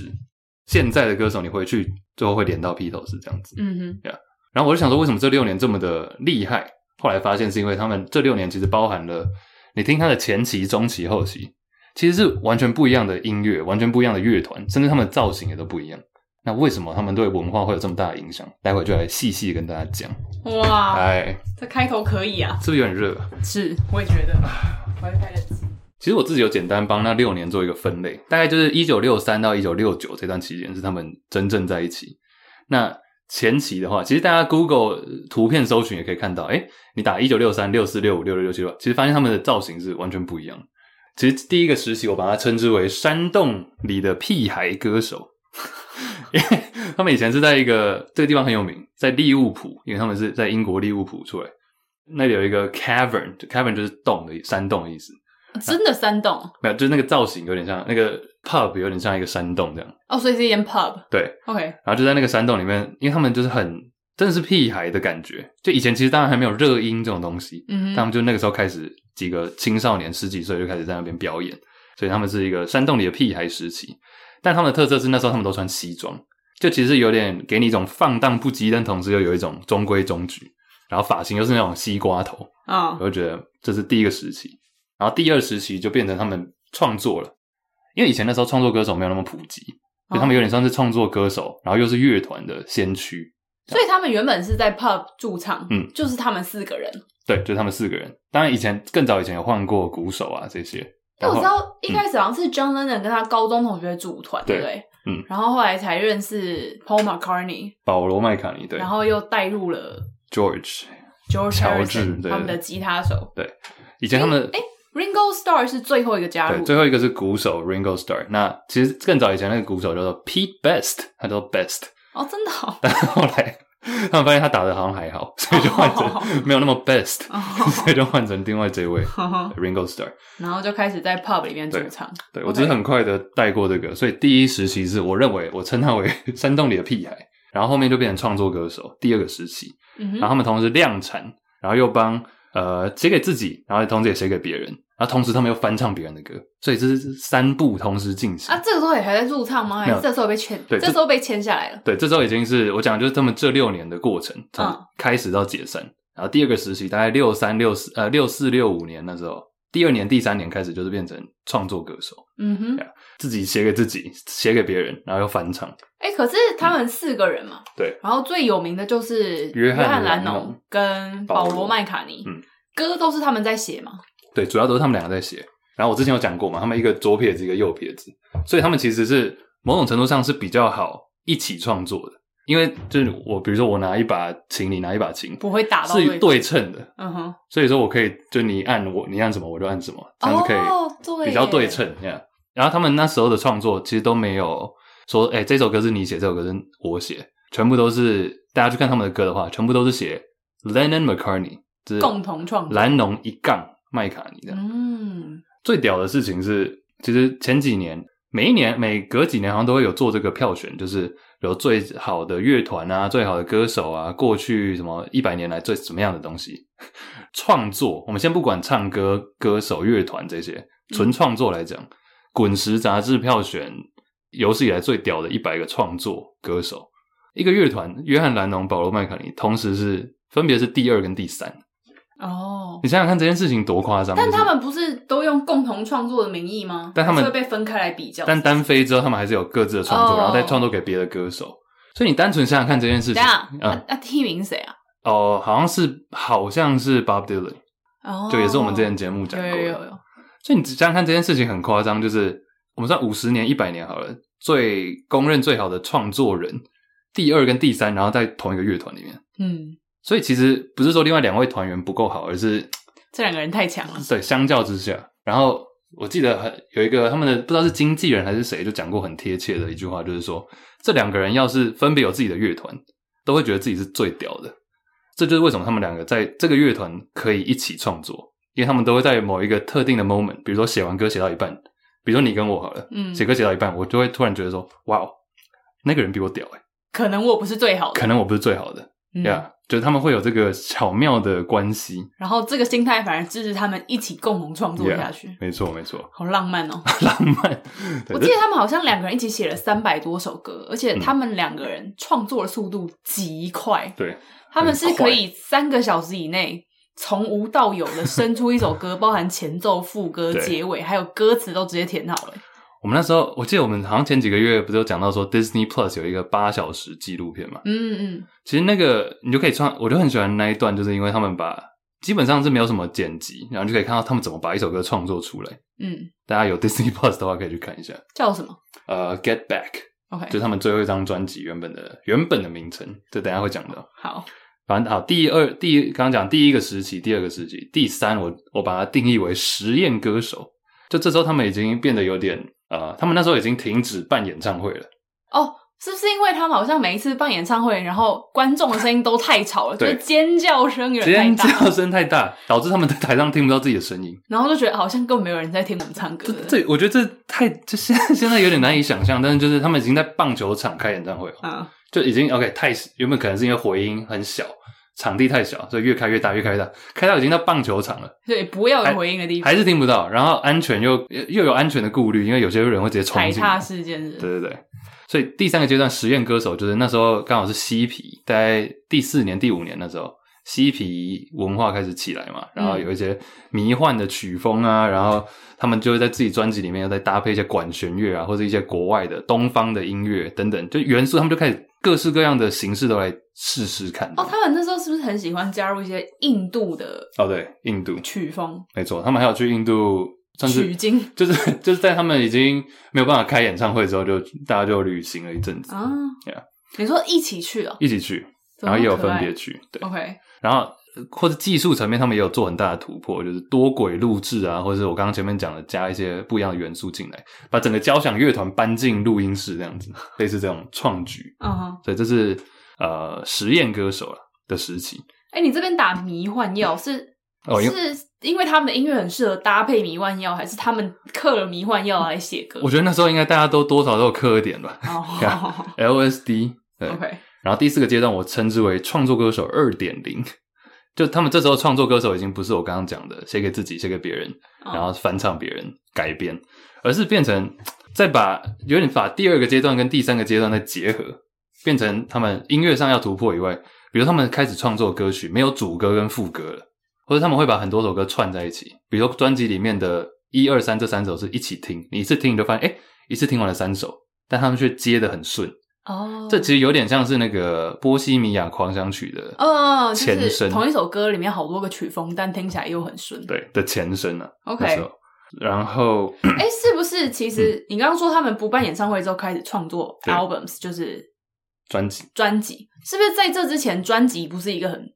S1: 现在的歌手你回去最后会连到披头士这样子。
S2: 嗯哼，
S1: 然后我就想说，为什么这六年这么的厉害？后来发现是因为他们这六年其实包含了你听他的前期、中期、后期，其实是完全不一样的音乐，完全不一样的乐团，甚至他们的造型也都不一样。那为什么他们对文化会有这么大的影响？待会就来细细跟大家讲。
S2: 哇，
S1: 哎，
S2: 这开头可以啊，
S1: 是不是有点热啊？
S2: 是，我也觉得，我要开冷气，
S1: 其实我自己有简单帮那六年做一个分类，大概就是一九六三到一九六九这段期间是他们真正在一起。那前期的话，其实大家 Google 图片搜寻也可以看到，哎，你打一九六三、六四、六五、六六、六七六，其实发现他们的造型是完全不一样的。其实第一个时期，我把它称之为山洞里的屁孩歌手， 因为他们以前是在一个这个地方很有名，在利物浦，因为他们是在英国利物浦出来，那里有一个 cavern，cavern 就是洞的意山洞的意思。
S2: 真的山洞
S1: 没有，就是那个造型有点像那个 pub，有点像一个山洞这样。
S2: 哦，所以是一间 pub，OK，、
S1: 对，然后就在那个山洞里面，因为他们就是很真的是屁孩的感觉。就以前其实当然还没有热音这种东西，
S2: 嗯
S1: 他
S2: 哼，
S1: 们就那个时候开始，几个青少年十几岁就开始在那边表演，所以他们是一个山洞里的屁孩时期。但他们的特色是那时候他们都穿西装，就其实有点给你一种放荡不羁，但同时又有一种中规中矩。然后发型又是那种西瓜头，
S2: 啊、
S1: 我就觉得这是第一个时期，然后第二时期就变成他们创作了，因为以前那时候创作歌手没有那么普及，所呃以他们
S2: 哦
S1: 有点像是创作歌手，然后又是乐团的先驱，
S2: 所以他们原本是在 pub 驻唱，
S1: 嗯，
S2: 就是他们四个人。
S1: 对，就是他们四个人。当然以前更早以前有换过鼓手啊这些，
S2: 因为
S1: 然
S2: 我
S1: 后
S2: 知道一开始好像是 John Lennon 跟他高中同学组团，
S1: 对
S2: 对不对？
S1: 嗯，
S2: 然后后来才认识 Paul McCartney，
S1: 保罗麦卡尼对
S2: 然后又带入了
S1: George，
S2: George
S1: 乔治
S2: Harrison
S1: 对
S2: 他们的吉他手
S1: 以前他们
S2: 哎 Ringo Starr 是最后一个加
S1: 对
S2: 入，
S1: 最后一个是鼓手 Ringo Starr，那其实更早以前那个鼓手叫做 Pete Best，他叫做 Best，
S2: 哦，真的、哦，
S1: 但后来他们发现他打的好像还好，所以就换
S2: 哦
S1: 成没有那么 best，所以就换成另外这位 Ringo Starr。
S2: 哦 然后就开始在 pub 里面驻唱。
S1: 对我只是很快的带过这个，所以第一时期是我认为我称他为 山洞里的屁孩，然后后面就变成创作歌手。第二个时期，
S2: 嗯
S1: 然后
S2: 哼，
S1: 他们同时量产，然后又帮呃写给自己，然后同时也写给别人，然后同时他们又翻唱别人的歌，所以这是三步同时进行。
S2: 啊，这个时候也还在驻唱吗？还
S1: 没
S2: 是
S1: 有
S2: 这时候被签？
S1: 对
S2: 这
S1: 这
S2: 时候被签下来了。
S1: 对，这周已经是我讲，就是他们这六年的过程，从
S2: 嗯
S1: 开始到解散，然后第二个时期大概六三六四呃六四六五年那时候，第二年第三年开始就是变成创作歌手，
S2: 嗯哼，
S1: 自己写给自己，写给别人，然后又翻唱。
S2: 哎、可是他们四个人嘛，
S1: 对，
S2: 然后最有名的就是
S1: 约翰
S2: 翰
S1: 兰
S2: 兰
S1: 农
S2: 农跟
S1: 保
S2: 保
S1: 罗
S2: 罗麦卡尼，
S1: 嗯
S2: 歌都是他们在写嘛。
S1: 对，主要都是他们两个在写。然后我之前有讲过嘛，他们一个左撇子，一个右撇子，所以他们其实是某种程度上是比较好一起创作的，因为就是我，比如说我拿一把琴，你拿一把琴，
S2: 不会打到
S1: 是
S2: 对
S1: 对
S2: 手，
S1: 称的，
S2: 嗯哼，
S1: 所以说我可以就你按我，你按什么我就按什么，这样
S2: 哦
S1: 子可以。
S2: 对耶，
S1: 比较对称这样。然后他们那时候的创作其实都没有说，哎、这首歌是你写，这首歌是我写，全部都是大家去看他们的歌的话，全部都是写 Lennon McCartney，就是
S2: 共同创作
S1: 蓝农一杠麦卡尼这样。
S2: 嗯，
S1: 最屌的事情是，其实前几年每一年每隔几年好像都会有做这个票选，就是有最好的乐团啊、最好的歌手啊，过去什么一百年来最怎么样的东西创作。我们先不管唱歌、歌手、乐团这些，
S2: 嗯
S1: 纯创作来讲，滚石杂志票选有史以来最屌的一百个创作歌手，一个乐团，约翰·兰农、保罗·麦卡尼，同时是分别是第二跟第三。
S2: 哦，
S1: 你想想看这件事情多夸张！
S2: 但
S1: 就是
S2: 他们不是都用共同创作的名义吗？
S1: 但他们
S2: 还是会被分开来比较。
S1: 但单飞之后，他们还是有各自的创作
S2: 哦
S1: 然后再创作给别的歌手。所以你单纯想想看这件事
S2: 等一
S1: 情
S2: 下，，
S1: 嗯
S2: 那，那提名谁啊？
S1: 哦，好像是好像是 Bob Dylan，
S2: 哦，
S1: 就也是我们之前节目讲过
S2: 有
S1: 的。
S2: 有有有，
S1: 所以你想想看这件事情很夸张，就是我们算五十年、一百年好了，最公认最好的创作人，第二跟第三，然后在同一个乐团里面。
S2: 嗯，
S1: 所以其实不是说另外两位团员不够好，而是
S2: 这两个人太强了。
S1: 对，相较之下，然后我记得很有一个他们的不知道是经纪人还是谁，就讲过很贴切的一句话，就是说这两个人要是分别有自己的乐团，都会觉得自己是最屌的。这就是为什么他们两个在这个乐团可以一起创作，因为他们都会在某一个特定的 moment，比如说写完歌写到一半，比如说你跟我好了，
S2: 嗯
S1: 写歌写到一半，我就会突然觉得说，哇哦，那个人比我屌诶、
S2: 可能我不是最好的，
S1: 可能我不是最好的，
S2: 嗯
S1: 呀、就是他们会有这个巧妙的关系，
S2: 然后这个心态反而支持他们一起共同创作
S1: Yeah，
S2: 下去，
S1: 没错没错，
S2: 好浪漫哦！
S1: 浪漫。 对
S2: 我
S1: 这
S2: 记得他们好像两个人一起写了三百多首歌，而且他们两个人创作的速度极快，
S1: 对，
S2: 他们是可以三个小时以内从无到有的生出一首歌，包含前奏、副歌、
S1: 对
S2: 结尾，还有歌词都直接填好了。
S1: 我们那时候，我记得我们好像前几个月不是有讲到说 Disney Plus 有一个八小时纪录片嘛？
S2: 嗯嗯，
S1: 其实那个你就可以穿，我就很喜欢那一段，就是因为他们把基本上是没有什么剪辑，然后就可以看到他们怎么把一首歌创作出来。
S2: 嗯，
S1: 大家有 Disney Plus 的话，可以去看一下。
S2: 叫什么
S1: 呃、g e t Back
S2: ？OK，
S1: 就是他们最后一张专辑原本的原本的名称，这等一下会讲到。
S2: 好，
S1: 反正好，啊第二第一刚刚讲第一个时期，第二个时期，第三我我把它定义为实验歌手。就这时候他们已经变得有点呃，他们那时候已经停止办演唱会了。
S2: 哦。是不是因为他们好像每一次办演唱会，然后观众的声音都太吵了，就是
S1: 对
S2: 尖叫声有
S1: 尖
S2: 点太大
S1: 叫，声太大，导致他们在台上听不到自己的声音。
S2: 然后就觉得好像根本没有人在听我们唱
S1: 这
S2: 歌了。
S1: 这，我觉得这太这现 在现在有点难以想象，但是就是他们已经在棒球场开演唱会了，
S2: 啊，
S1: 就已经 OK 太原本可能是因为回音很小，场地太小，所以越开越大，越开越大，开到已经到棒球场了，
S2: 对，不要有回应的地方，
S1: 还是听不到，然后安全又又有安全的顾虑，因为有些人会直接冲
S2: 踩
S1: 进
S2: 踏
S1: 来。
S2: 事件日。
S1: 对对对，所以第三个阶段实验歌手就是那时候刚好是嬉皮，大概第四年、第五年那时候，嬉皮文化开始起来
S2: 嗯
S1: 嘛，然后有一些迷幻的曲风啊，然后他们就会在自己专辑里面又再搭配一些管弦乐啊，或者一些国外的东方的音乐等等，就元素他们就开始各式各样的形式都来试试看。
S2: 哦，他们那时候是不是很喜欢加入一些印度的
S1: 哦对，印度
S2: 曲风、
S1: 没错，他们还有去印度，算是
S2: 取经
S1: 就是就是在他们已经没有办法开演唱会之后就，大家就旅行了一阵子，
S2: 啊
S1: Yeah？
S2: 你说一起去哦，
S1: 一起去，
S2: 怎
S1: 然后
S2: 么
S1: 也有
S2: 那么可
S1: 分
S2: 爱
S1: 别去，对，
S2: OK，
S1: 然后呃或者技术层面，他们也有做很大的突破，就是多轨录制啊，或者是我刚刚前面讲的加一些不一样的元素进来，把整个交响乐团搬进录音室这样子，类似这种创举。
S2: 嗯哼，
S1: 所以这是呃实验歌手了的时期。
S2: 哎、你这边打迷幻药是、
S1: 哦，因为
S2: 是因为他们的音乐很适合搭配迷幻药，还是他们刻了迷幻药来写歌？
S1: 我觉得那时候应该大家都多少都有刻一点吧
S2: 哦
S1: ，LSD 对。
S2: ，OK，
S1: 然后第四个阶段，我称之为创作歌手二点零，就他们这时候创作歌手已经不是我刚刚讲的写给自己、写给别人，然后翻唱别人改编，而是变成再把有点把第二个阶段跟第三个阶段再结合，变成他们音乐上要突破以外，比如他们开始创作歌曲，没有主歌跟副歌了，或者他们会把很多首歌串在一起，比如说专辑里面的一二三这三首是一起听，你一次听你就发现，哎，一次听完了三首，但他们却接的很顺。
S2: 哦，
S1: 这其实有点像是那个《波西米亚狂想曲》的，
S2: 呃，就
S1: 前
S2: 是
S1: 身
S2: 同一首歌里面好多个曲风，但听起来又很顺。
S1: 对的前身啊。
S2: OK
S1: 那时候然后
S2: 哎、是不是？其实你刚刚说他们不办演唱会之后开始创作
S1: 嗯对
S2: albums，就是
S1: 专辑
S2: 专辑，是不是在这之前专辑不是一个很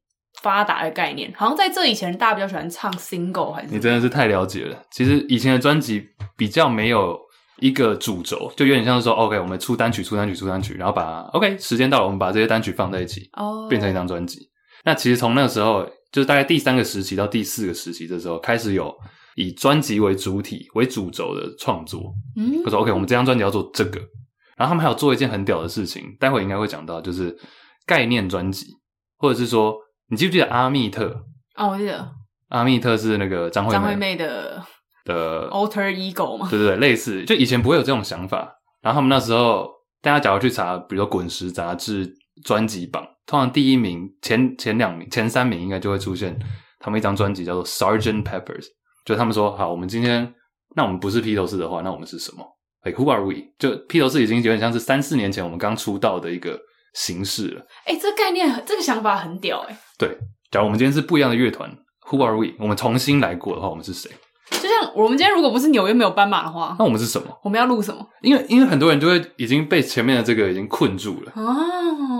S2: 发达的概念？好像在这以前，大家比较喜欢唱 single 还是什
S1: 你
S2: 么？
S1: 真的是太了解了。其实以前的专辑比较没有一个主轴，就有点像是说，OK，我们哦出单曲、出单曲、出单曲，然后把 OK 时间到了，我们把这些单曲放在一起，
S2: 哦，
S1: 变成一张专辑。那其实从那时候，就是大概第三个时期到第四个时期的时候，开始有以专辑为主体、为主轴的创作。
S2: 嗯
S1: 他说 OK，我们这张专辑要做这个，然后他们还有做一件很屌的事情，待会应该会讲到，就是概念专辑，或者是说你记不记得阿密特？
S2: 哦，我记得
S1: 阿密特是那个张惠
S2: 张惠
S1: 妹哦
S2: 妹的
S1: 的，
S2: alter ego 嘛，
S1: 对对对，类似，就以前不会有这种想法。然后他们那时候，大家假如去查，比如说《滚石》杂志专辑榜，通常第一名、前前两名、前三名应该就会出现他们一张专辑叫做《Sergeant Peppers》，就他们说，好，我们今天那我们不是披头士的话，那我们是什么？Like who are we？就披头士已经有点像是三四年前我们刚出道的一个形式了。
S2: 哎、这概念很这个想法很屌哎、
S1: 假如我们今天是不一样的乐团，Who are we？我们重新来过的话，我们是谁？
S2: 就像我们今天如果不是纽约没有斑马的话，
S1: 那我们是什么？
S2: 我们要录什么？
S1: 因为因为很多人就会已经被前面的这个已经困住了。
S2: 哦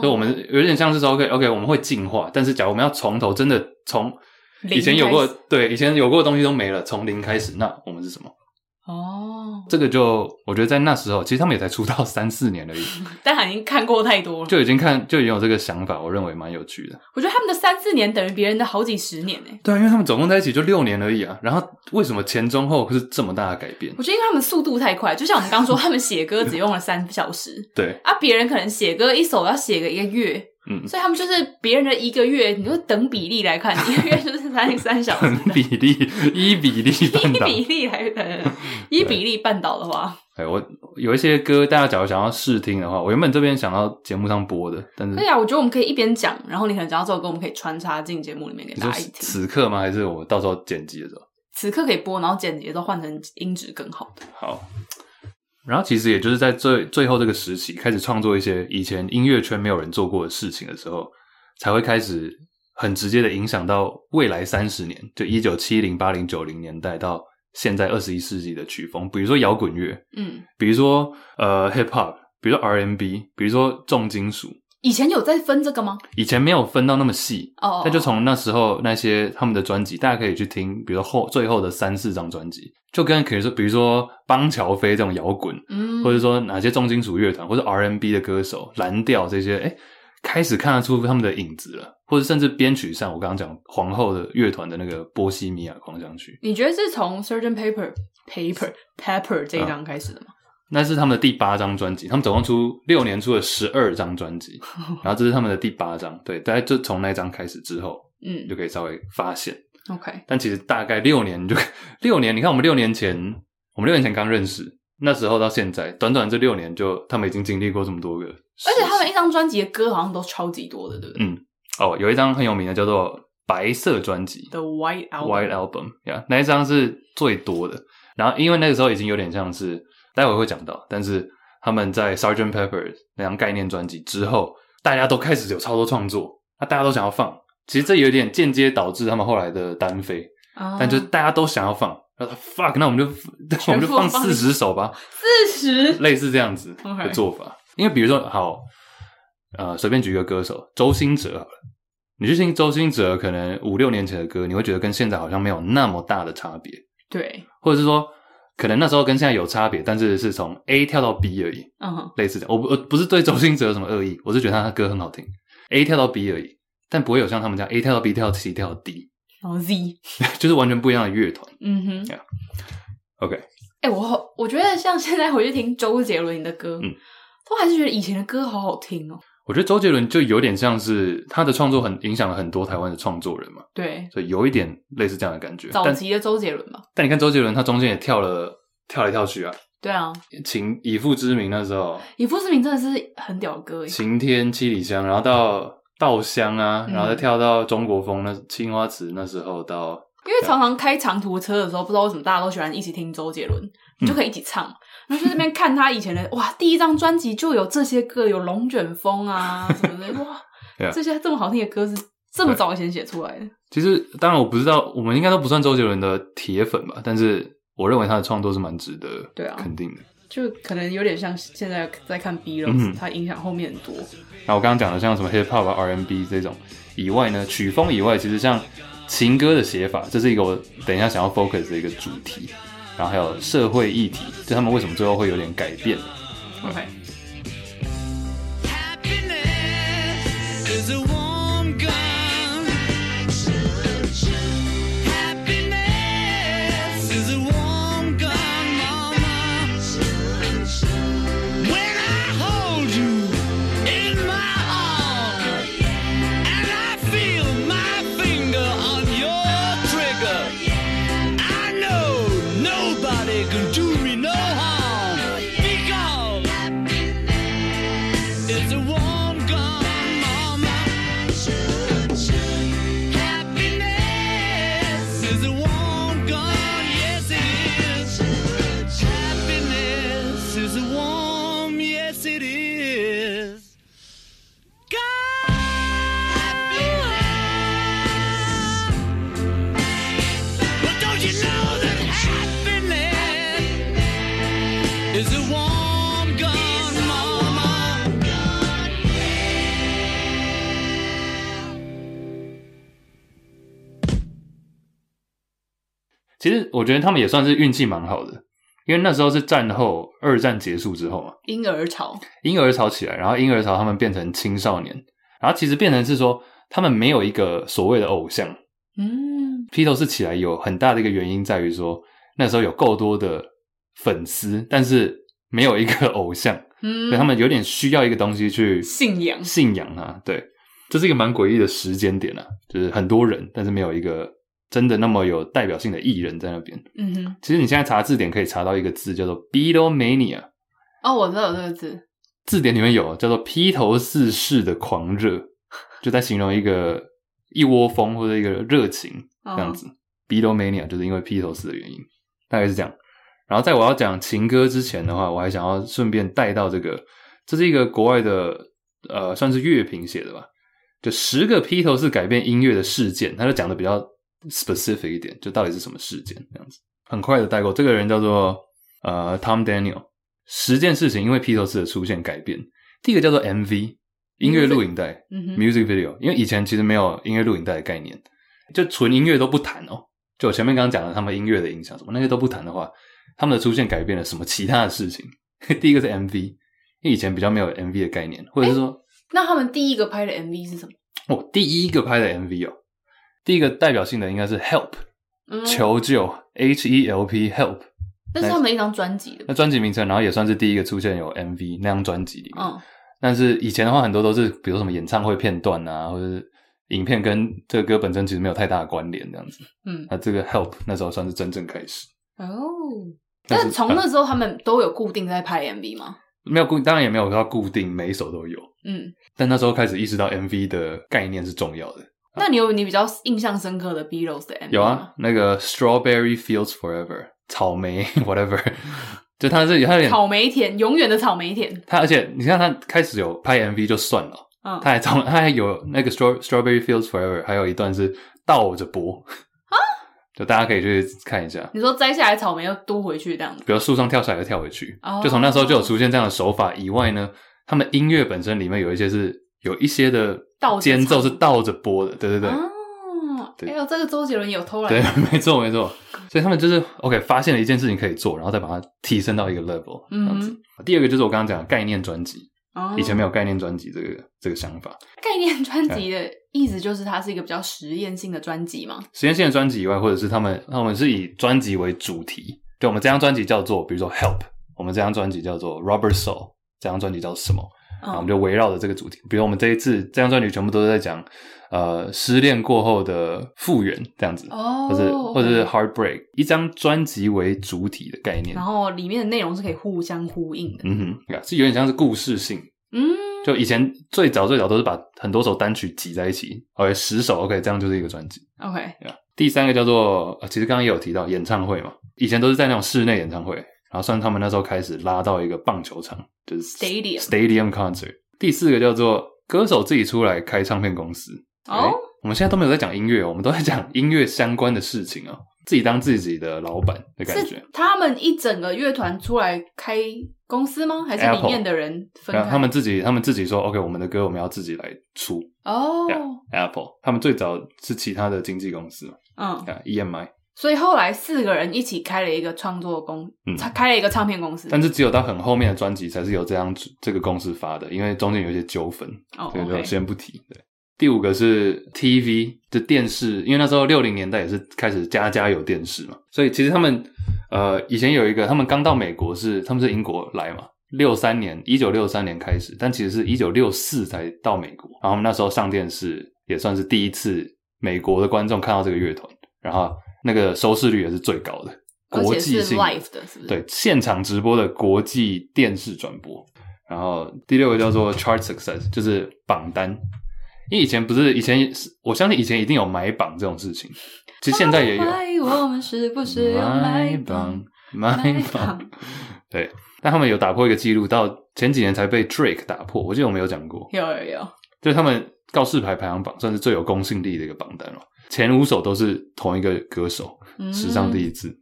S1: 所以，我们有点像是说，OK，OK，、我们会进化，但是假如我们要从头真的从
S2: 零
S1: 以前有过
S2: 开始
S1: 对以前有过的东西都没了，从零开始，那我们是什么？
S2: 哦，
S1: 这个就我觉得在那时候，其实他们也才出道三四年而 已，
S2: 但他已经看过太多了，
S1: 就已经看就已经有这个想法，我认为蛮有趣的。
S2: 我觉得他们的三四年等于别人的好几十年哎、
S1: 对啊，因为他们总共在一起就六年而已啊，然后为什么前中后是这么大的改变
S2: 我？觉得因为他们速度太快，就像我们刚说，他们写歌只用了三小时
S1: 对，
S2: 啊，别人可能写歌一首要写个一个月，
S1: 嗯，
S2: 所以他们就是别人的一个月，你就等比例来看，一个月就是三三小时
S1: 很
S2: 的，
S1: 比 例 一比例半
S2: 一
S1: 岛。
S2: 比 例来的，一比例绊倒的话，
S1: 哎，我有一些歌，大家假如想要试听的话，我原本这边想要节目上播的，但是
S2: 对啊，我觉得我们可以一边讲，然后你可能讲到这首歌，我们可以穿插进节目里面给
S1: 你
S2: 大
S1: 说
S2: 家一起听，
S1: 此刻吗？还是我到时候剪辑的时候？
S2: 此刻可以播，然后剪辑都换成音质更好的，
S1: 好。然后其实也就是在最最后这个时期，开始创作一些以前音乐圈没有人做过的事情的时候，才会开始很直接的影响到未来三十年，就一九七零、八零、九零年代到现在二十一世纪的曲风，比如说摇滚乐，
S2: 嗯。
S1: 比如说呃 hip hop，比如说 R N B，比如说重金属，
S2: 以前有在分这个吗？
S1: 以前没有分到那么细，
S2: 哦，
S1: 那就从那时候那些他们的专辑，大家可以去听，比如说后最后的三四张专辑，就跟可以说，比如说邦乔飞这种摇滚，
S2: 嗯，
S1: 或者说哪些重金属乐团，或者 R&B 的歌手、蓝调这些，哎，开始看得出他们的影子了，或者甚至编曲上，我刚刚讲皇后的乐团的那个《波西米亚狂想曲》，
S2: 你觉得是从 Surgeon Paper Paper Pepper
S1: 啊
S2: 这一张开始的吗？
S1: 那是他们的第八张专辑，他们总共出六年出了十二张专辑， 然后这是他们的第八张，对，大家就从那张开始之后，你
S2: 嗯
S1: 就可以稍微发现。
S2: ，OK，
S1: 但其实大概六年你就六年，你看我们六年前，我们六年前刚认识，那时候到现在，短短这六年就他们已经经历过这么多个时期，
S2: 而且他们一张专辑的歌好像都超级多的，对不对、
S1: 嗯哦，有一张很有名的叫做《白色专辑
S2: t h e
S1: 《
S2: White Album，,
S1: White Album》呀，那一张是最多的。然后因为那个时候已经有点像是，待会会讲到，但是他们在《Sergeant Pepper》那张概念专辑之后，大家都开始有超多创作，那大家都想要放。其实这有点间接导致他们后来的单飞，
S2: 啊
S1: 但就是大家都想要放，然后他 fuck，那我们就我
S2: 全
S1: 们
S2: 部
S1: 就放
S2: 放
S1: 四十首吧，
S2: 四十，
S1: 类似这样子
S2: OK
S1: 的做法。因为比如说，好，呃，随便举一个歌手，周兴哲好了，你去听周兴哲可能五六年前的歌，你会觉得跟现在好像没有那么大的差别，
S2: 对，
S1: 或者是说，可能那时候跟现在有差别，但是是从 A 跳到 B 而已，
S2: 嗯哼，
S1: 类似这样。我不我不是对周兴哲有什么恶意，我是觉得他的歌很好听， A 跳到 B 而已，但不会有像他们这样 A 跳到 B 跳到 C 跳到 D，
S2: 然后 Z，
S1: 就是完全不一样的乐团。
S2: 嗯哼，
S1: OK，
S2: 哎、我好，我觉得像现在回去听周杰伦的歌，
S1: 嗯
S2: 都还是觉得以前的歌好好听哦。
S1: 我觉得周杰伦就有点像是他的创作很影响了很多台湾的创作人嘛，
S2: 对，
S1: 所以有一点类似这样的感觉。
S2: 早
S1: 但
S2: 期的周杰伦嘛，
S1: 但你看周杰伦，他中间也跳了跳来跳去啊，
S2: 对啊，
S1: 请以父之名那时候，
S2: 以父之名真的是很屌的歌哎，
S1: 晴天七里香，然后到稻香啊，
S2: 嗯
S1: 然后再跳到中国风那青花瓷，那时候到
S2: 因为常常开长途车的时候，不知道为什么大家都喜欢一起听周杰伦，
S1: 嗯
S2: 你就可以一起唱，然后就这边看他以前 的哇，第一张专辑就有这些歌，有龙卷风 啊什么的，哇
S1: Yeah，
S2: 这些这么好听的歌是这么早以前写出来的，
S1: 其实当然我不知道，我们应该都不算周杰伦的铁粉吧，但是我认为他的创作是蛮值得
S2: 对啊
S1: 肯定的。
S2: 就可能有点像现在在看 B 了
S1: 嗯，
S2: 它影响后面很多。
S1: 那我刚刚讲的像什么 hip hop 啊、R&B 这种以外呢，曲风以外，其实像情歌的写法，这是一个我等一下想要 focus 的一个主题。然后还有社会议题，就他们为什么最后会有点改变。
S2: OK，
S3: Happiness is a warm gun. Happiness is a warm gun, mama. When I hold you in my arms and I feel my finger on your trigger, I know nobody can do me no harm because. It's a warm gun, mama. Happiness is a warm gun, yes it is. Happiness is a warm, yes it is. God, but don't you know that happiness is a warm gun, mama?
S1: 其实我觉得他们也算是运气蛮好的，因为那时候是战后二战结束之后嘛，
S2: 婴儿潮，
S1: 婴儿潮起来，然后婴儿潮他们变成青少年，然后其实变成是说他们没有一个所谓的偶像。
S2: 嗯，
S1: 披头士起来有很大的一个原因在于说那时候有够多的粉丝，但是没有一个偶像，所以他
S2: 嗯，
S1: 们有点需要一个东西去
S2: 信仰
S1: 信仰啊，对，这是一个蛮诡异的时间点啊，就是很多人，但是没有一个真的那么有代表性的艺人在那边。
S2: 嗯哼，
S1: 其实你现在查字典可以查到一个字叫做 Beatlemania，
S2: 哦，我知道有这个字，
S1: 字典里面有叫做披头四世的狂热，就在形容一个一窝蜂或者一个热情
S2: 哦
S1: 这样子。Beatlemania 就是因为披头士的原因，大概是这样。然后在我要讲情歌之前的话，我还想要顺便带到这个，这是一个国外的呃，算是乐评写的吧，就十个披头士改变音乐的事件，他就讲的比较 specific 一点，就到底是什么事件这样子。很快的带过，这个人叫做呃 Tom Daniel，十件事情因为披头士的出现改变。第一个叫做 MV 音乐录影带
S2: 嗯哼，
S1: music video，因为以前其实没有音乐录影带的概念，就纯音乐都不谈哦。就我前面刚刚讲的他们音乐的影响什么那些都不谈的话，他们的出现改变了什么其他的事情？ 第一个是 MV，因为以前比较没有 MV 的概念，或者是说。
S2: 那他们第一个拍的 MV 是什么？
S1: 哦，第一个拍的 MV 哦，第一个代表性的应该是 Help、
S2: 嗯，
S1: 求救 H E L P Help
S2: 那是他们的一张专辑的吧，
S1: 那专辑名称，然后也算是第一个出现有 MV 那张专辑里面。
S2: 嗯
S1: 但是以前的话，很多都是比如什么演唱会片段啊，或者是影片跟这个歌本身其实没有太大的关联这样子。
S2: 嗯，
S1: 那这个 Help 那时候算是真正开始，
S2: 哦，
S1: 但是呃
S2: 但从那时候他们都有固定在拍 MV 吗？
S1: 没有固，当然也没有到固定每一首都有，
S2: 嗯，
S1: 但那时候开始意识到 MV 的概念是重要的。
S2: 那你有你比较印象深刻的 Beatles 的 MV
S1: 啊有
S2: 吗
S1: 啊，，那个 Strawberry Fields Forever 草莓 whatever，就它是它有点
S2: 草莓田，永远的草莓田，
S1: 它，而且你看它开始有拍 MV 就算了，
S2: 嗯，
S1: 它还从它还有那个 Straw Strawberry Fields Forever，还有一段是倒着播啊，就大家可以去看一下，
S2: 你说摘下来草莓又嘟回去这样子，
S1: 比如树上跳下来又跳回去
S2: 哦
S1: 就从那时候就有出现这样的手法以外呢，他们音乐本身里面有一些是有一些的
S2: 倒着
S1: 间奏
S2: 唱
S1: 是倒着播的，对对对。
S2: 哦，
S1: 对
S2: 哎呦，这个周杰伦有偷啊
S1: 对
S2: 来，，
S1: 没错没错。所以他们就是 OK，发现了一件事情可以做，然后再把它提升到一个 level，这样子。
S2: 嗯
S1: 第二个就是我刚刚讲的概念专辑，
S2: 哦
S1: 啊以前没有哎概念专辑这个这个想法。
S2: 概念专辑的意思就是它是一个比较实验性的专辑嘛。
S1: 实验性的专辑以外，或者是他们他们是以专辑为主题。就我们这张专辑叫做，比如说 Help，我们这张专辑叫做 Rubber Soul，这张专辑叫什么？然后哎我们
S2: 嗯
S1: 就围绕着这个主题，比如我们这一次这张专辑全部都是在讲，呃，失恋过后的复原这样子，
S2: 哦，
S1: 或者或者是
S2: OK
S1: heartbreak，一张专辑为主体的概念
S2: 然。后里面的内容是可以互相呼应的。
S1: 嗯哼，对啊，是有点像是故事性。
S2: 嗯，
S1: 就以前最早最早都是把很多首单曲挤在一起，OK，十首 OK，这样就是一个专辑。
S2: OK，
S1: 第三个叫做，呃、其实刚刚也有提到演唱会嘛，以前都是在那种室内演唱会，然后算他们那时候开始拉到一个棒球场，就是
S2: Stadium
S1: stadium concert。第四个叫做歌手自己出来开唱片公司。
S2: 哦
S1: 诶我们现在都没有在讲音乐哦，我们都在讲音乐相关的事情哦，自己当自己的老板的感觉
S2: 是。他们一整个乐团出来开公司吗？还是里
S1: Apple
S2: 面的人分
S1: 然
S2: 开？
S1: 后他们自己，他们自己说，OK，我们的歌我们要自己来出。
S2: 哦
S1: Apple，他们最早是其他的经纪公司嘛
S2: 嗯，
S1: 啊，EMI，
S2: 所以后来四个人一起开了一个创作公，
S1: 嗯
S2: 开了一个唱片公司。
S1: 但是只有到很后面的专辑才是由这张这个公司发的，因为中间有一些纠纷，
S2: 哦
S1: 这个就
S2: ，OK，
S1: 先不提。对，第五个是 TV，就电视，因为那时候六零年代也是开始家家有电视嘛，所以其实他们呃以前有一个，他们刚到美国是他们是英国来嘛。六三年，一九六三年开始，但其实是一九六四才到美国。然后他们那时候上电视，也算是第一次美国的观众看到这个乐团，然后那个收视率也是最高的，
S2: 而
S1: 国
S2: 且
S1: 际
S2: 是
S1: 性
S2: live 的，是不是？
S1: 对，现场直播的国际电视转播。然后第六个叫做 chart success，就是榜单。因为以前不是以前，我相信以前一定有买榜这种事情，其实现在也有
S2: 哦嗨我们是不是要买榜？
S1: 买
S2: 买
S1: 榜
S2: 榜。
S1: 对，但他们有打破一个记录，到前几年才被 Drake 打破。我记得我们有讲过，
S2: 有有有，
S1: 就是他们告示牌排行榜算是最有公信力的一个榜单了，前五首都是同一个歌手，
S2: 嗯
S1: 史上第一次。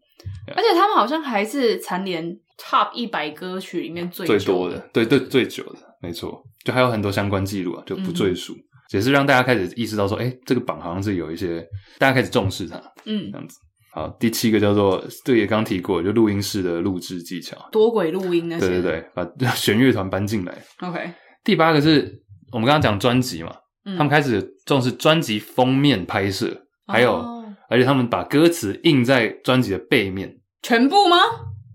S2: 而且他们好像还是蝉联 Top 一百歌曲里面最
S1: 最
S2: 久
S1: 多的，对对，最久的，没错，就还有很多相关记录啊，就不
S2: 嗯
S1: 赘述，也是让大家开始意识到说，哎，这个榜好像是有一些大家开始重视它
S2: 嗯
S1: 这，样子。好，第七个叫做，这个也刚提过，就录音室的录制技巧，
S2: 多轨录音那些。
S1: 对对对，把 弦乐团搬进来。
S2: ，OK，
S1: 第八个是我们刚刚讲专辑嘛，
S2: 嗯，
S1: 他们开始重视专辑封面拍摄，还有、
S2: 哦
S1: 而且他们把歌词印在专辑的背面，
S2: 全部吗？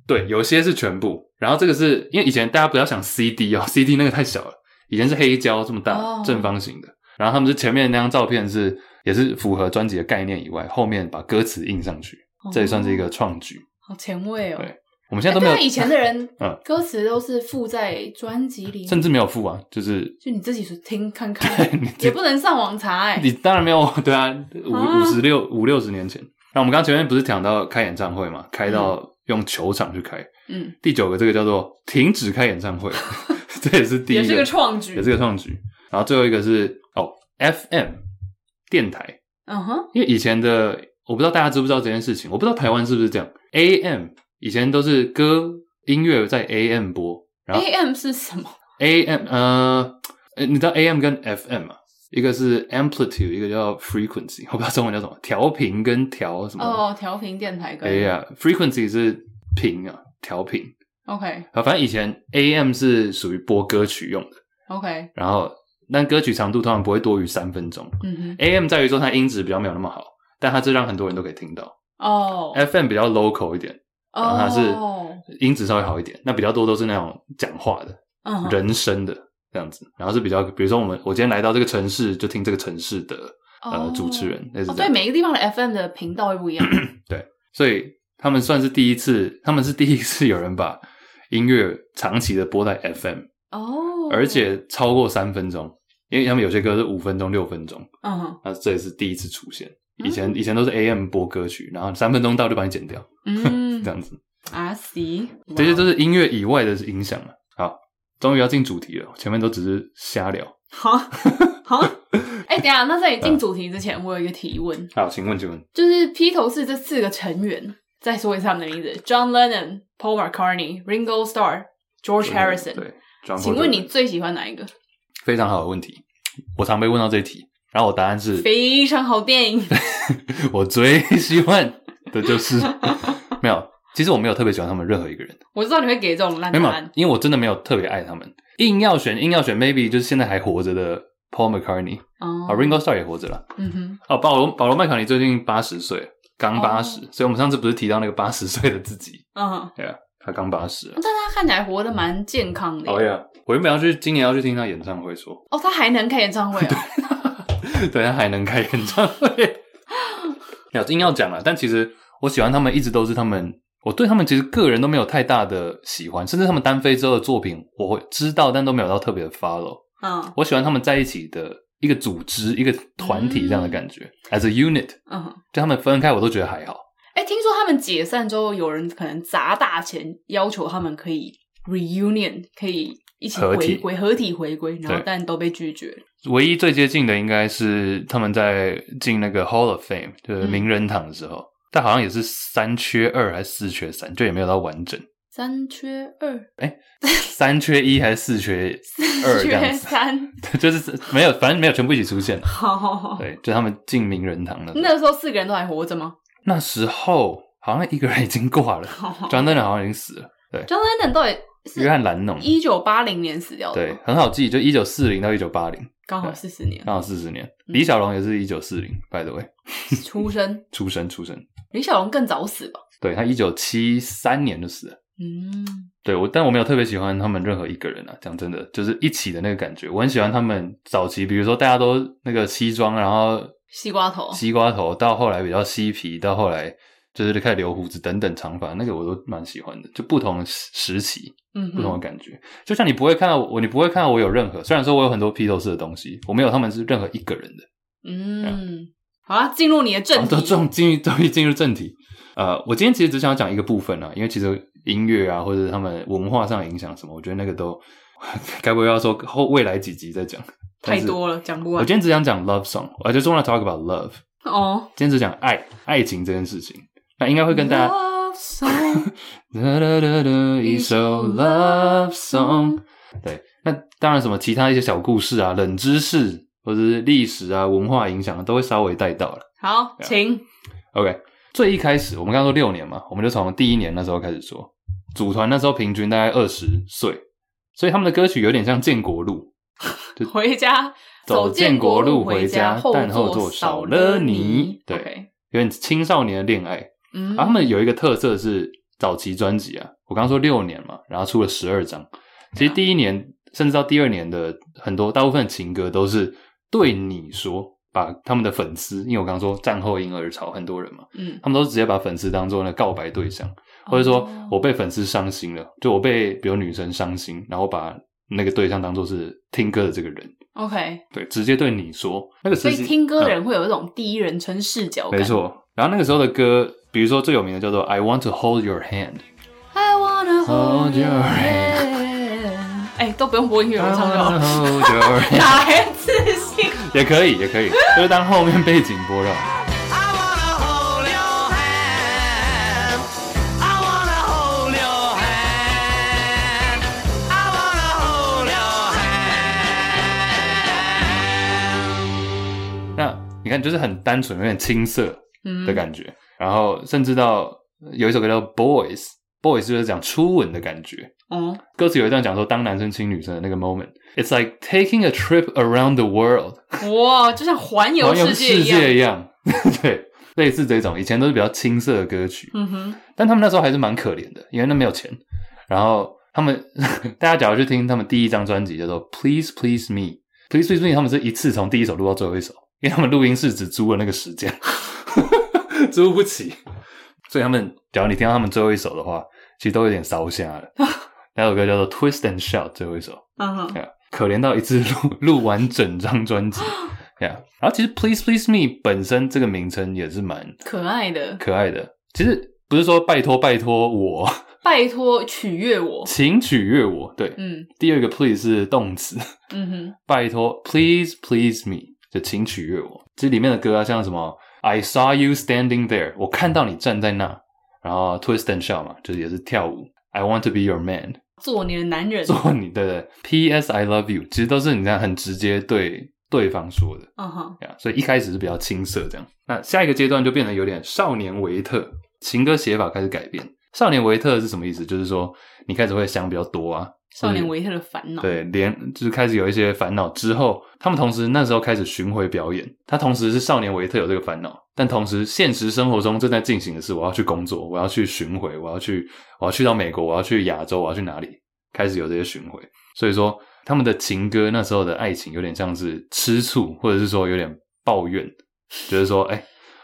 S1: 对，有些是全部，然后这个是因为以前大家不要想 CD 哦，CD 那个太小了，以前是黑胶这么大、
S2: 哦
S1: 正方形的，然后他们是前面那张照片是也是符合专辑的概念以外，后面把歌词印上去，这也算是一个
S2: 哦
S1: 创举。
S2: 好前卫哦。
S1: 对我们现
S2: 哎
S1: 在都没有，
S2: 对啊以前的人
S1: 嗯，
S2: 歌词都是附在专辑里，
S1: 甚至没有付啊，就是
S2: 就你自己去听 看
S1: 对你
S2: 看，
S1: 自己
S2: 也不能上网查哎
S1: 你。当然没有对啊，五
S2: 啊
S1: 五十六五六十年前，那我们刚刚前面不是讲到开演唱会嘛，开到用球场去开。
S2: 嗯，
S1: 第九个这个叫做停止开演 唱会，这也是第一
S2: 也
S1: 个，
S2: 是个创举
S1: 也。是个创举。然后最后一个是哦，FM 电台，
S2: 嗯哼，
S1: 因为以前的我不知道大家知不知道这件事情，我不知道台湾是不是这样。AM 以前都是歌音乐在 AM 播，然后
S2: AM 是什么？
S1: AM 呃，呃你知道 AM 跟 FM 吗？一个是 amplitude，一个叫 frequency，我不知道中文叫什么，调频跟调什么？
S2: 哦，调频电台歌。
S1: 哎呀，frequency 是频啊，调频。
S2: OK
S1: 啊，反正以前 AM 是属于播歌曲用的，
S2: OK，
S1: 然后但歌曲长度通常不会多于三分钟。
S2: 嗯
S1: AM 在于说它音质比较没有那么好，但它是让很多人都可以听到。
S2: 哼，哦
S1: FM 比较 local 一点，然后它
S2: 哦，
S1: 是音质稍微好一点，那比较多都是那种讲话的、
S2: 嗯哼，
S1: 人声的这样子，然后是比较，比如说我们我今天来到这个城市，就听这个城市的呃
S2: 哦
S1: 主持人类似
S2: 哦，
S1: 这
S2: 对，
S1: 样，
S2: 每个地方的 FM 的频道会不 一样。
S1: 所以他们算是第一次，他们是第一次有人把音乐长期的播在 FM，
S2: 哦，
S1: 而，且超过三分钟，因为他们有些歌是五分钟、六分钟，
S2: 嗯哼，
S1: 那这也是第一次出现。
S2: 嗯
S1: 以前以前都是 AM 播歌曲，然后三分钟到就把你剪掉， 这
S2: 嗯哦
S1: 样子。
S2: ，R C，
S1: 这些都是音乐以外的影响了。好，终于要进主题了，前面都只是瞎聊。
S2: 好，好， 哎，等一下，那在你
S1: 嗯
S2: 进主题之前，我有一个提问，
S1: 好，请问，请问，
S2: 就是披头士这四个成员，再说一次他们的名字：John Lennon、Paul McCartney、Ringo Starr、George Harrison。
S1: 对，John Paul
S2: 请问
S1: Jones
S2: 你最喜欢哪一个？
S1: 非常好的问题，我常被问到这一题，然后我答案是
S2: 非常好电影，
S1: 我最喜欢的就是 没有其实我没有特别喜欢他们任何一个人，
S2: 我知道你会给这种烂
S1: 没
S2: 答
S1: 有
S2: 案，，
S1: 因为我真的没有特别爱他们。硬要选，硬要选，maybe 就是现在还活着的 Paul McCartney
S2: 哦
S1: 啊、r i n g o Starr 也活着了。
S2: 嗯哼，
S1: 哦，保罗保罗麦卡尼最近八十岁，刚
S2: 哦
S1: 八十、所以我们上次不是提到那个八十岁的自己，
S2: 嗯，
S1: 对啊，他刚八十了。
S2: 但他看起来活得蛮健康的耶。
S1: 哦呀，我原本要去今年要去听他演唱会说，
S2: 哦，他还能开演唱会哦，
S1: 对，他还能开演唱会。 要硬要讲了，啊但其实我喜欢他们，一直都是他们，我对他们其实个人都没有太大的喜欢，甚至他们单飞之后的作品，我会知道，但都没有到特别的 follow。
S2: 嗯
S1: 我喜欢他们在一起的一个组织、一个团体这样的感觉、a s a unit。
S2: 嗯。
S1: 就他们分开，我都觉得还好。
S2: 哎、听说他们解散之后，有人可能砸大钱要求他们可以 reunion，可以一起
S1: 合体
S2: 回归，合体回归，然后
S1: 对
S2: 但都被拒绝。
S1: 唯一最接近的应该是他们在进那个 Hall of Fame，就是
S2: 嗯
S1: 名人堂的时候，但好像也是三缺二还是四缺三，就也没有到完整，
S2: 三缺二，
S1: 三缺一还是四缺 二这
S2: 缺
S1: 样子，
S2: 三，
S1: 就是没有，反正没有全部一起出现了。
S2: 好。
S1: 对，就他们进名人堂了。
S2: 哦那个时候四个人都还活着吗？
S1: 那时候好像一个人已经挂了，
S2: 哦
S1: 张登好像已经死了，
S2: 张三等到底
S1: 约
S2: 是
S1: 翰兰农。
S2: 一九八零年死掉的
S1: 对
S2: 吗，，
S1: 很好记，就一九四零到一九八零，
S2: 刚好四十年
S1: 刚好四十年。
S2: 嗯
S1: 李小龙也是一九四零，by the way，
S2: 出生。
S1: 出生出生，
S2: 李小龙更早死吧？
S1: 对他一九七三年就死了。
S2: 嗯，
S1: 对我，但我没有特别喜欢他们任何一个人啊。讲真的，就是一起的那个感觉，我很喜欢他们早期，比如说大家都那个西装，然后
S2: 西瓜头
S1: 西瓜头，到后来比较嬉皮，到后来就是开始留胡子等等长发，那个我都蛮喜欢的。就不同时时期，
S2: 嗯哼，
S1: 不同的感觉。就像你不会看到我，你不会看到我有任何，虽然说我有很多披头士的东西，我没有他们是任何一个人的。
S2: 嗯，好啦，进入你的正
S1: 啊，都
S2: 题。
S1: 终进入终于进入正题。呃，我今天其实只想讲一个部分啊，因为其实音乐啊，或者是他们文化上的影响什么，我觉得那个都 该不会要说后未来几集再讲。
S2: 太多了，讲不
S1: 我
S2: 完
S1: 今。天只想讲 love song，我就 just wanna talk about love。
S2: 哦，
S1: 今天只讲爱爱情这件事情，那应该会跟大家
S2: Love song
S1: 哒哒哒哒一首 love song。对，那当然什么其他一些小故事啊、冷知识或者是历史啊、文化影响都会稍微带到了。
S2: 好，
S1: 对啊
S2: 请
S1: OK，最一开始我们刚刚说六年嘛，我们就从第一年那时候开始说，组团那时候平均大概二十岁，所以他们的歌曲有点像建国路，
S2: 回家。
S1: 走
S2: 建
S1: 建国
S2: 路
S1: 路回家但后
S2: 座
S1: 座
S2: 少
S1: 少了你对
S2: OK，
S1: 有点青少年的恋爱。
S2: 嗯，
S1: 然后他们有一个特色是早期专辑啊，我刚刚说六年嘛，然后出了十二张，其实第一年甚至到第二年的很多大部分情歌都是对你说。把他们的粉丝，因为我刚刚说战后婴儿潮很多人嘛，
S2: 嗯，
S1: 他们都直接把粉丝当做那告白对象，或者说
S2: 哦
S1: 我被粉丝伤心了，就我被比如女生伤心，然后把那个对象当做是听歌的这个人，
S2: OK，
S1: 对，直接对你说那个时
S2: 所
S1: 期，
S2: 以听歌
S1: 嗯
S2: 的人会有一种第一人称视角感。
S1: 没错。然后那个时候的歌，比如说最有名的叫做《I Want to Hold Your Hand》
S2: ，I wanna hold
S1: Hold
S2: your
S1: your
S2: hand。哎，都不用播音乐，我唱就好了。
S1: ，Hold Your Hand
S2: 哪来自信？
S1: 也可以，也可以，就是当后面背景播到。
S3: I wanna hold your hand. I wanna hold your hand. I wanna hold your hand.
S1: 那你看，就是很单纯，有点青涩
S2: 嗯
S1: 的感觉，然后甚至到有一首歌叫《Boys》，《Boys》就是讲初吻的感觉，
S2: 哦，
S1: 歌词有一段讲说，当男生亲女生的那个 moment，it's like taking a trip around the world，
S2: 哇，就像环游
S1: 环游
S2: 世界
S1: 世
S2: 一样。
S1: 界一样， 对，类似这种，以前都是比较青涩的歌曲，
S2: 嗯哼，
S1: 但他们那时候还是蛮可怜的，因为那没有钱。然后他们， 大家假如去听他们第一张专辑叫做《Please Please Me》，Please Please Me，他们是一次从第一首录到最后一首，因为他们录音室只租了那个时间， 租不起，所以他们，假如你听到他们最后一首的话，其实都有点烧瞎 了。那首歌叫做《Twist and Shout》，最后一首。
S2: 嗯哼，
S1: Yeah，可怜到一次录录完整张专辑。Yeah，然后其实 Please Please Me 本身这个名称也是蛮
S2: 可爱的，
S1: 可爱的，其实不是说拜托拜托我，
S2: 拜托取悦我。
S1: 请取悦我。对，
S2: 嗯
S1: 第二个 Please 是动词，
S2: 嗯哼，
S1: 拜托 Please Please Me 就请取悦我。其实里面的歌啊，像什么 I saw you standing there，我看到你站在那，然后 Twist and Shout 嘛，就是也是跳舞。I want to be your man，
S2: 做你的男人。
S1: 做你的 P.S. I love you，其实都是你这样很直接对对方说的。
S2: 嗯哼，
S1: 呀，啊所以一开始是比较青涩这样。那下一个阶段就变得有点少年维特，情歌写法开始改变，少年维特是什么意思？就是说你开始会想比较多啊，
S2: 少年维特的烦恼。
S1: 对，连就是开始有一些烦恼之后，他们同时那时候开始巡回表演。他同时是少年维特有这个烦恼，但同时现实生活中正在进行的是，我要去工作，我要去巡回，我要去，我要去到美国，我要去亚洲，我要去哪里？开始有这些巡回，所以说他们的情歌那时候的爱情有点像是吃醋，或者是说有点抱怨，觉得说，哎、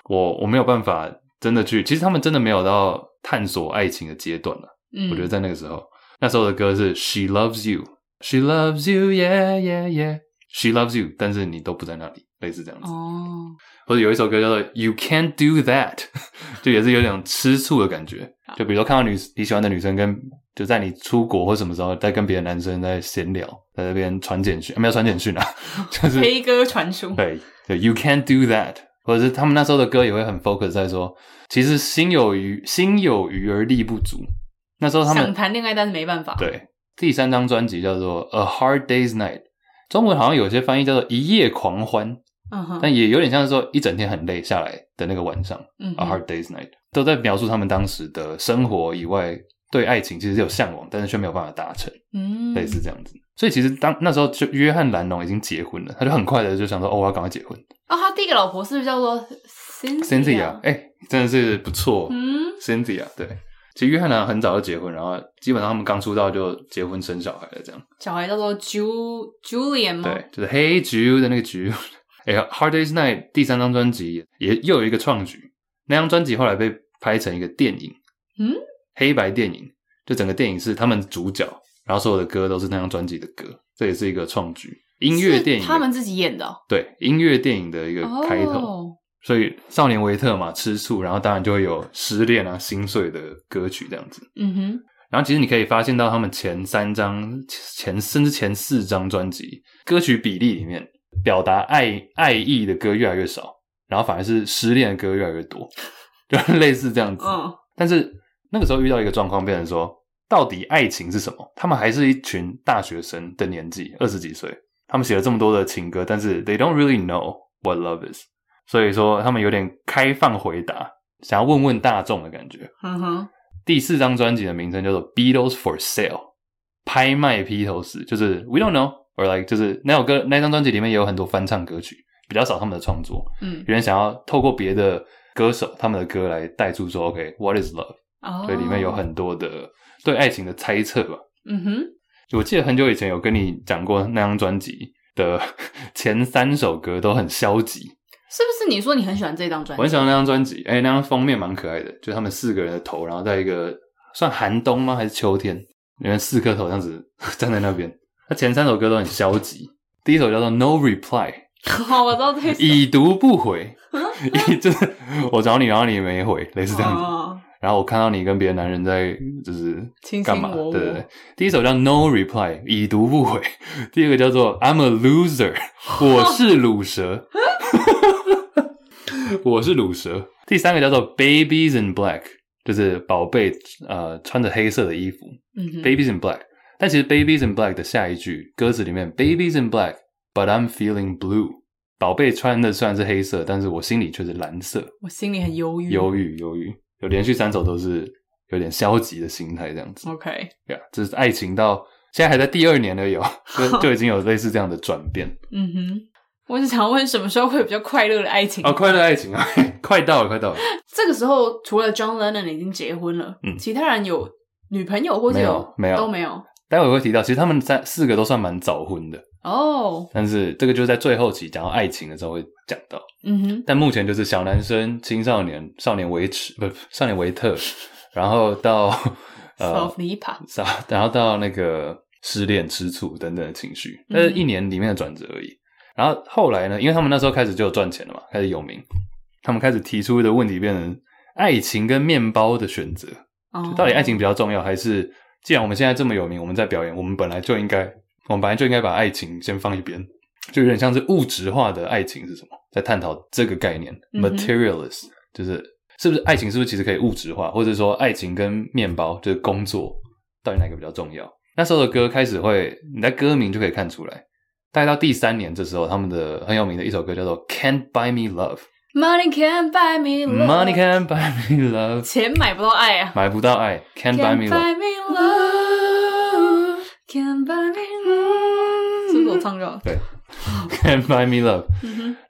S1: 我我没有办法真的去，其实他们真的没有到探索爱情的阶段了。
S2: 嗯，
S1: 我觉得在那个时候，那时候的歌是 She loves you, She loves you, yeah yeah yeah, She loves you，但是你都不在那里，类似这样子。
S2: 哦，
S1: 或者有一首歌叫做 You Can't Do That，就 也是有点吃醋的感觉。就比如说看到女你喜欢的女生跟就在你出国或什么时候在跟别的男生在闲聊，在那边传简讯，啊没有传简讯啊，就是
S2: 黑歌传书。
S1: 对对，You can't do that，或者是他们那时候的歌也会很 focus 在说，其实心有余心有余而力不足。那时候他
S2: 想
S1: 们
S2: 谈恋爱，但是没办法。，
S1: 对第三张专辑叫做《A Hard Day's Night》，中文好像有些翻译叫做“一夜狂欢”，
S2: 嗯哼，
S1: 但也有点像是说一整天很累下来的那个晚上。
S2: 嗯
S1: 《A
S2: 哼
S1: Hard Day's Night》，都在描述他们当时的生活以外，对爱情其实是有向往，但是却没有办法达成，
S2: 嗯，
S1: 类似这样子。所以其实当那时候就约翰·兰农已经结婚了，他就很快的就想说，哦，我要赶快结婚。
S2: 哦，他第一个老婆是不是叫做
S1: Cynthia，
S2: Cynthia？
S1: 哎、真的是不错。
S2: 嗯
S1: Cynthia，对，其实约翰·兰很早就结婚，然后基本上他们刚出道就结婚生小孩了，这样。
S2: 小孩叫做 Ju Julian 吗？
S1: 对，就是 Hey Jude 的那个 Jude。哎、h a r d Day's Night 第三张专辑也又有一个创举，那张专辑后来被拍成一个电影，
S2: 嗯，
S1: 黑白电影，就整个电影是他们主角，然后所有的歌都是那张专辑的歌，这也是一个创举。音乐
S2: 是
S1: 电影的，
S2: 他们自己演的哦
S1: 对音乐电影的一个开头，
S2: 哦，
S1: 所以少年维特嘛，吃醋，然后当然就会有失恋啊、心碎的歌曲这样子。
S2: 嗯哼，
S1: 然后其实你可以发现到他们前三张、前甚至前四张专辑歌曲比例里面，表达爱爱意的歌越来越少，然后反而是失恋的歌越来越多，就类似这样子。
S2: 嗯，
S1: 但是那个时候遇到一个状况，变成说，到底爱情是什么？他们还是一群大学生的年纪，二十几岁，他们写了这么多的情歌，但是 they don't really know what love is，所以说他们有点开放回答，想要问问大众的感觉。
S2: 嗯哼，
S1: 第四张专辑的名称叫做《Beatles for Sale》，拍卖披头士，就是 We don't know or like，就是那首歌那张专辑里面也有很多翻唱歌曲，比较少他们的创作，
S2: 嗯，
S1: 有人想要透过别的歌手他们的歌来带出说，OK，What、is love？
S2: 哦，
S1: 所以里面有，很多的对爱情的猜测吧。
S2: 嗯哼，
S1: 我记得很久以前有跟你讲过那张专辑的前三首歌都很消极，
S2: 是不是你说你很喜欢这张专
S1: 我很
S2: 辑？
S1: 喜欢那张专辑，哎、那张封面蛮可爱的，就他们四个人的头，然后在一个算寒冬吗？还是秋天？里面四颗头这样子 站在那边。他前三首歌都很消极，第一首叫做《No Reply》，
S2: 好，哦我知道这首，
S1: 已读不回，一就是我找你，然后你没回，类似这样子。
S2: 哦，
S1: 然后我看到你跟别的男人在就是
S2: 卿卿
S1: 干嘛？
S2: 我我
S1: 对对对，第一首叫 No Reply，已读不回； 第二个叫做 I'm a loser，我是卤蛇， 我是卤蛇；第三个叫做 Babies in Black，就是宝贝呃穿着黑色的衣服、
S2: 嗯哼，
S1: Babies in Black。但其实 Babies in Black 的下一句歌词里面 Babies in Black，but I'm feeling blue。宝贝穿的虽然是黑色，但是我心里却是蓝色。
S2: 我心里很忧郁，
S1: 忧郁，忧郁，有连续三首都是有点消极的心态这样子。
S2: ，OK，
S1: 对啊，这是爱情到现在还在第二年了， 有就就已经有类似这样的转变。
S2: 嗯哼。我是想问，什么时候会有比较快乐的爱情？
S1: 哦，快乐爱情啊， 快到了，快到了，
S2: 这个时候，除了 John Lennon 已经结婚了，
S1: 嗯
S2: 其他人有女朋友或者
S1: 没有没有
S2: 都没有
S1: 待会会提到，其实他们三四个都算蛮早婚的，
S2: 哦。
S1: 但是这个就是在最后期讲到爱情的时候会讲到。
S2: 嗯哼，
S1: 但目前就是小男生、青少年、少年维持不少年维特，然后到呃
S2: Self n i p a
S1: 啥，然后到那个失恋、吃醋等等的情绪，但是一年里面的转折而已。然后后来呢，因为他们那时候开始就有赚钱了嘛，开始有名，他们开始提出的问题变成爱情跟面包的选择，
S2: 哦
S1: 就到底爱情比较重要，还是既然我们现在这么有名，我们在表演，我们本来就应该，我们本来就应该把爱情先放一边，就有点像是物质化的爱情是什么，在探讨这个概念、
S2: 嗯
S1: m a
S2: 哼
S1: t e r i a l i s t 就是是不是爱情是不是其实可以物质化，或者说爱情跟面包就是工作到底哪个比较重要？那时候的歌开始会，你在歌名就可以看出来。大概到第三年这时候，他们的很有名的一首歌叫做《Can't Buy Me Love》，
S2: Money can buy me love。
S1: Money can buy me love，
S2: 钱买不到爱啊。
S1: 买不到爱，can buy me love。
S2: me love。Can buy me
S1: 嗯
S2: love。是不是我唱嗯就好？
S1: 对，Can buy me love。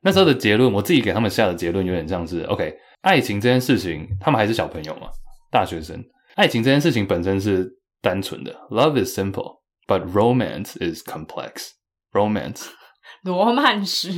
S1: 那时候的结论，我自己给他们下的结论有点像是：OK，爱情这件事情，他们还是小朋友嘛，大学生。爱情这件事情本身是单纯的，Love is simple, but romance is complex. Romance
S2: 罗曼史。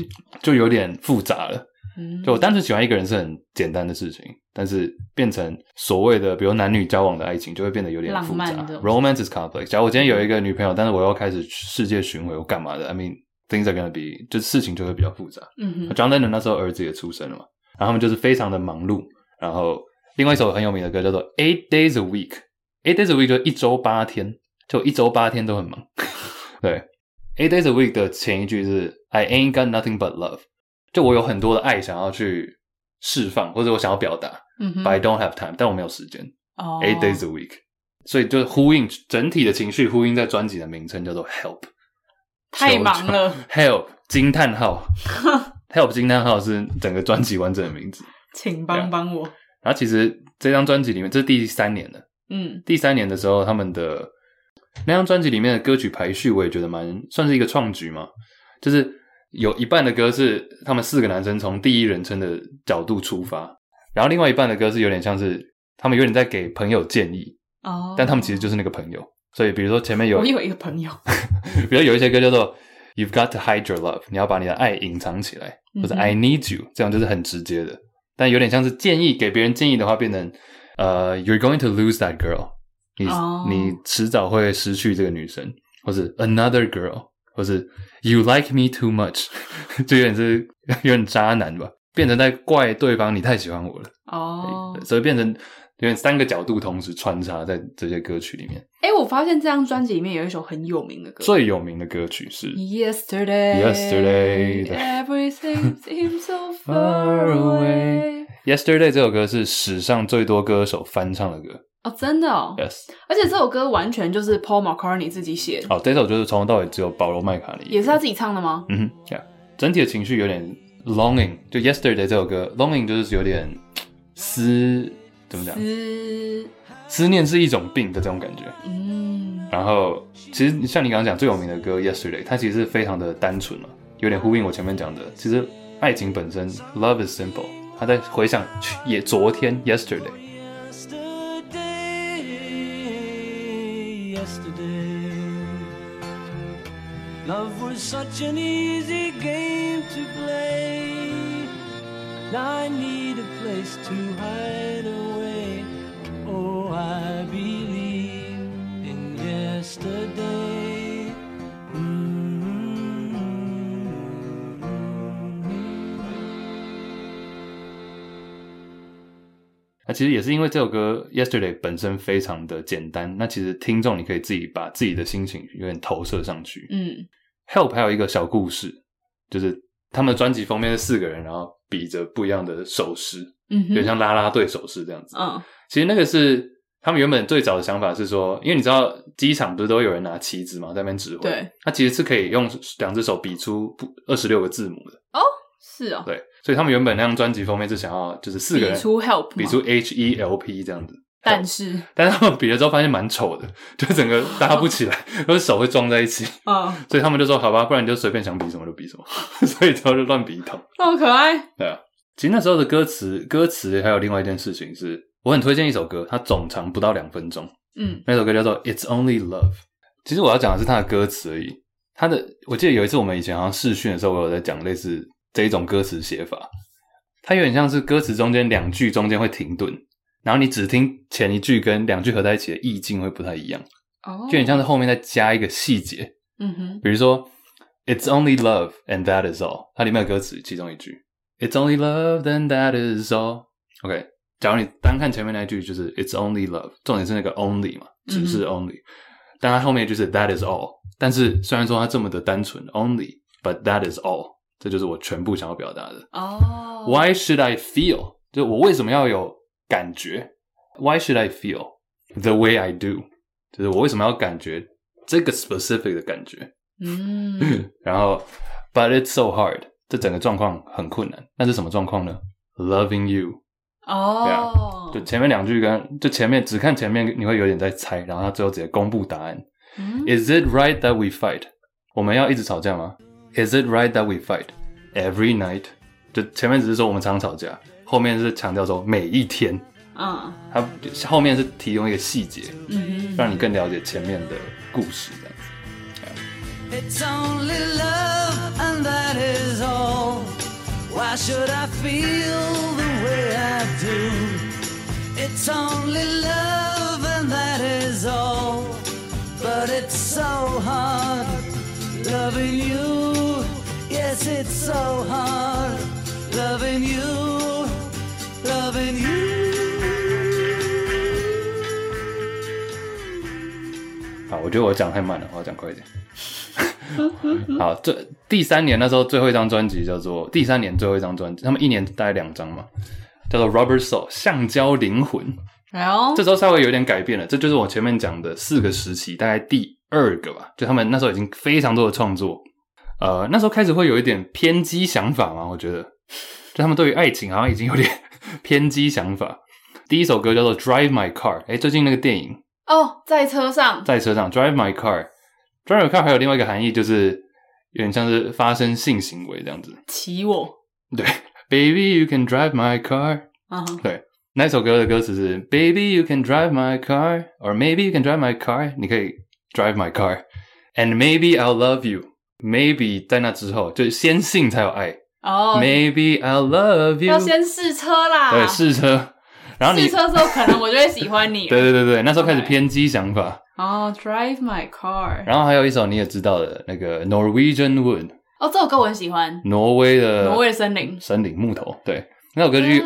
S1: 就有点复杂了。
S2: 嗯
S1: 就我单纯喜欢一个人是很简单的事情，但是变成所谓的比如男女交往的爱情，就会变得有点复杂
S2: 浪漫的。
S1: Romance is complex。假如我今天有一个女朋友，但是我要开始世界巡回，我干嘛的？I mean things are gonna be，就是事情就会比较复杂。
S2: 嗯哼，
S1: John Lennon 那时候儿子也出生了嘛，然后他们就是非常的忙碌。然后另外一首很有名的歌叫做《Eight Days a Week》，Eight Days a Week 就一周八天，就一周八天都很忙。 对，Eight Days a Week 的前一句是 I ain't got nothing but love，就我有很多的爱想要去释放，或者我想要表达、
S2: 嗯
S1: b u t I
S2: 哼，
S1: don't have time，但我没有时间。
S2: 哦
S1: Eight Days a Week，所以就是呼应整体的情绪，呼应在专辑的名称叫做 Help。
S2: 太忙了，
S1: Help 惊叹号，Help 惊叹号是整个专辑完整的名字。
S2: 请帮帮我。
S1: 然后其实这张专辑里面，这是第三年的，
S2: 嗯
S1: 第三年的时候，他们的那张专辑里面的歌曲排序，我也觉得蛮算是一个创举嘛，就是有一半的歌是他们四个男生从第一人称的角度出发，然后另外一半的歌是有点像是他们有点在给朋友建议，
S2: 哦，
S1: 但他们其实就是那个朋友。所以，比如说前面有
S2: 我有一个朋友，嗯
S1: 比如有一些歌叫做 "You've got to hide your love"，你要把你的爱隐藏起来，或者
S2: 嗯哼
S1: "I need you"，这样就是很直接的。但有点像是建议给别人建议的话，变成呃 "You're going to lose that girl"，你、
S2: 哦
S1: 你迟早会失去这个女生，或是 "Another girl"，或是 "You like me too much"，就 有点是有点渣男吧，变成在怪对方你太喜欢我了，
S2: 哦，
S1: 所以变成有点三个角度同时穿插在这些歌曲里面。
S2: 哎、我发现这张专辑里面有一首很有名的歌。
S1: 最有名的歌曲是
S2: Yesterday,
S1: Yesterday.
S2: everything seems so
S1: Far
S2: far
S1: away.
S2: away。
S1: Yesterday 这首歌是史上最多歌手翻唱的歌。
S2: 哦，真的哦
S1: Yes，
S2: 而且这首歌完全就是 Paul McCartney 自己写的，
S1: 好，哦这首就是从头到尾只有保罗麦卡尼，
S2: 也是他自己唱的吗？
S1: 嗯哼，Yeah，整体的情绪有点 longing，就 Yesterday 这首歌 longing 就是有点思怎么讲，
S2: 是，
S1: 思念是一种病的这种感觉。
S2: 嗯，
S1: 然后其实像你刚刚讲最有名的歌 Yesterday，它其实是非常的单纯嘛，有点呼应我前面讲的，其实爱情本身 love is simple，他在回想去也昨天 Yesterday。
S3: Yesterday, yesterday, love was such an easy game to play. Now I need a place to hide away. Oh, I believe in yesterday. Mm-hmm.
S1: 那其实也是因为这首歌《Yesterday》本身非常的简单，那其实听众你可以自己把自己的心情有点投射上去。
S2: 嗯，
S1: Help 还有一个小故事，就是他们的专辑封面是四个人，然后比着不一样的手势，
S2: 嗯
S1: 有点
S2: 哼，
S1: 像啦啦队手势这样子。
S2: 嗯，
S1: 其实那个是他们原本最早的想法是说，因为你知道机场不是都有人拿旗子嘛，在那边指挥，
S2: 对，
S1: 他其实是可以用两只手比出二十六个字母的，
S2: 是哦，
S1: 对，所以他们原本那张专辑封面是想要就是四个人
S2: 比出 help，吗
S1: 比出 H E L P 这样子。
S2: 但是，
S1: 但是他们比了之后发现蛮丑的，就整个搭不起来， 然后手会撞在一起，
S2: 嗯，
S1: 所以他们就说好吧，不然你就随便想比什么就比什么， 所以之后就乱比一通。
S2: 那么可爱，
S1: 对啊，其实那时候的歌词，歌词还有另外一件事情是，我很推荐一首歌，它总长不到两分钟，
S2: 嗯
S1: 那首歌叫做《It's Only Love》。其实我要讲的是它的歌词而已。它的，我记得有一次我们以前好像试训的时候，我有在讲类似这一种歌词写法。它有点像是歌词中间两句中间会停顿，然后你只听前一句跟两句合在一起的意境会不太一样，
S2: 哦，
S1: 就很像是后面再加一个细节，
S2: 嗯哼，
S1: 比如说 "It's only love and that is all"，它里面的歌词其中一句 "It's only love and that is all"。OK，假如你单看前面那一句就是 "It's only love"，重点是那个 only 嘛，只是 only，、但它后面就是 "that is all"。但是虽然说它这么的单纯 only，but that is all，这就是我全部想要表达的。
S2: 哦
S1: Why should I feel？就我为什么要有感觉？Why should I feel the way I do？就是我为什么要感觉这个 specific 的感觉？
S2: 嗯，
S1: 然后，But it's so hard，这整个状况很困难。那是什么状况呢 loving you。
S2: 哦，
S1: 就前面两句跟就前面只看前面，你会有点在猜，然后他最后直接公布答案。
S2: 嗯
S1: Is it right that we fight？我们要一直吵架吗？Is it right that we fight every night？就前面只是说我们常吵架，后面是强调说每一天。
S2: 嗯
S1: 它后面是提供一个细节，
S2: 嗯
S1: 让你更了解前面的故事，这样子。
S3: It's only love, and that is all. Why should I feel the way I do? It's only love, and that is all. But it's so hard loving you. Yes, it's so hard loving you, loving you.
S1: 好，我觉得我讲太慢了，我要讲快一点。 好，这第三年那时候最后一张专辑叫做第三年最后一张专辑，他们一年大概两张嘛，叫做《Rubber Soul》橡胶灵魂。
S2: 然后
S1: 这时候稍微有点改变了，这就是我前面讲的四个时期，大概第二个吧，就他们那时候已经非常多的创作，呃，那时候开始会有一点偏激想法嘛，我觉得，就他们对于爱情好像已经有点 偏激想法。第一首歌叫做《Drive My Car》，哎，最近那个电影
S2: 哦，在车上，
S1: 在车上 drive my car。drive my car 还有另外一个含义，就是有点像是发生性行为这样子。
S2: 骑我，
S1: 对，Baby you can drive my car。
S2: 嗯哼，
S1: 对，那首歌的歌词是 Baby you can drive my car，or maybe you can drive my car。你可以 drive my car，and maybe I'll love you。Maybe 在那之后，就是先性才有爱。
S2: 哦，
S1: Maybe I'll love you。
S2: 要先试车啦，
S1: 对试车，然后你
S2: 试车之后可能我就会喜欢 你。
S1: 对对对对，那时候开始
S2: Okay
S1: 偏激想法。
S2: 哦，Drive My Car，
S1: 然后还有一首你也知道的那个 Norwegian Wood。
S2: 哦，这首歌我很喜欢，
S1: 挪威的
S2: 挪威的森林
S1: 森林木头，对，那首呃歌曲。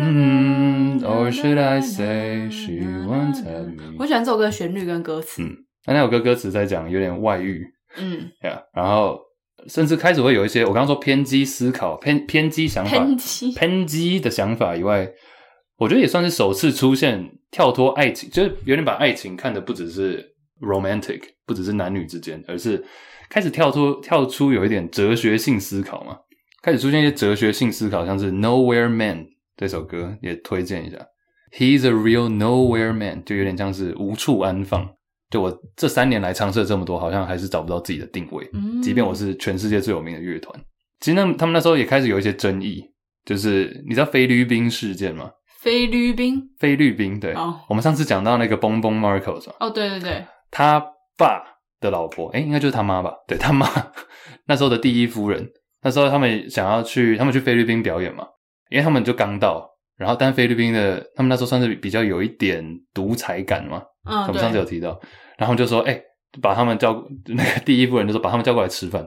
S1: 嗯
S2: 嗯
S1: ，Or should I say she wants at me？
S2: 我喜欢这首歌的旋律跟歌词
S1: 嗯。那那首歌歌词在讲有点外遇
S2: 嗯，
S1: 呀然后甚至开始会有一些我刚刚说偏激思考、偏偏激想法、
S2: 喷漆。
S1: 偏激的想法以外，我觉得也算是首次出现跳脱爱情，就是有点把爱情看的不只是 romantic，不只是男女之间，而是开始跳脱跳出有一点哲学性思考嘛，开始出现一些哲学性思考，像是 Nowhere Man 这首歌也推荐一下，He's a real nowhere man，就有点像是无处安放。就我这三年来尝试了这么多，好像还是找不到自己的定位。
S2: 嗯
S1: 即便我是全世界最有名的乐团，其实那他们那时候也开始有一些争议，就是你知道菲律宾事件吗？
S2: 菲律宾，
S1: 菲律宾对
S2: 哦
S1: 我们上次讲到那个蹦蹦 Marcos 嘛，
S2: 哦，对对对，
S1: 他爸的老婆，哎、应该就是他妈吧？对他妈 那时候的第一夫人，那时候他们想要去，他们去菲律宾表演嘛，因为他们就刚到，然后但菲律宾的他们那时候算是比较有一点独裁感嘛，
S2: 嗯，
S1: 我们上次有
S2: 对，
S1: 提到，然后他们就说，哎、把他们叫 那个第一夫人就说把他们叫过来吃饭，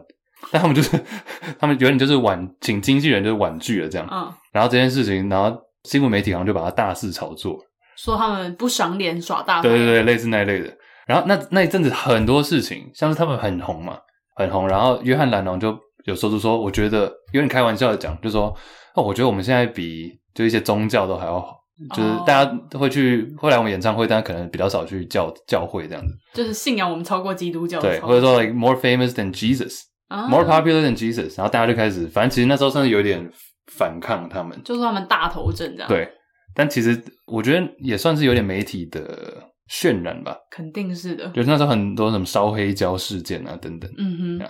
S1: 但他们就是 他们有点就是婉请经纪人就是婉拒了这样，
S2: 嗯，
S1: 然后这件事情，然后新闻媒体好像就把它大肆炒作，
S2: 说他们不赏脸耍大牌。
S1: 对对对，类似那一类的。然后那那一阵子很多事情，像是他们很红嘛，很红。然后约翰·兰农就有说出说，我觉得有点开玩笑的讲，就说哦，我觉得我们现在比就一些宗教都还要好，就是
S2: 哦
S1: 大家都会去，会来我们演唱会，但可能比较少去教教会这样子，
S2: 就是信仰我们超过基督教的
S1: 对，
S2: 超
S1: 或者说 like more famous than Jesus，more
S2: 啊
S1: popular than Jesus，然后大家就开始，反正其实那时候甚至有点反抗他们，
S2: 就说他们大头症这样。，
S1: 对，但其实我觉得也算是有点媒体的渲染吧，
S2: 肯定是的。
S1: 就是那时候很多什么烧黑胶事件啊等等，
S2: 嗯哼，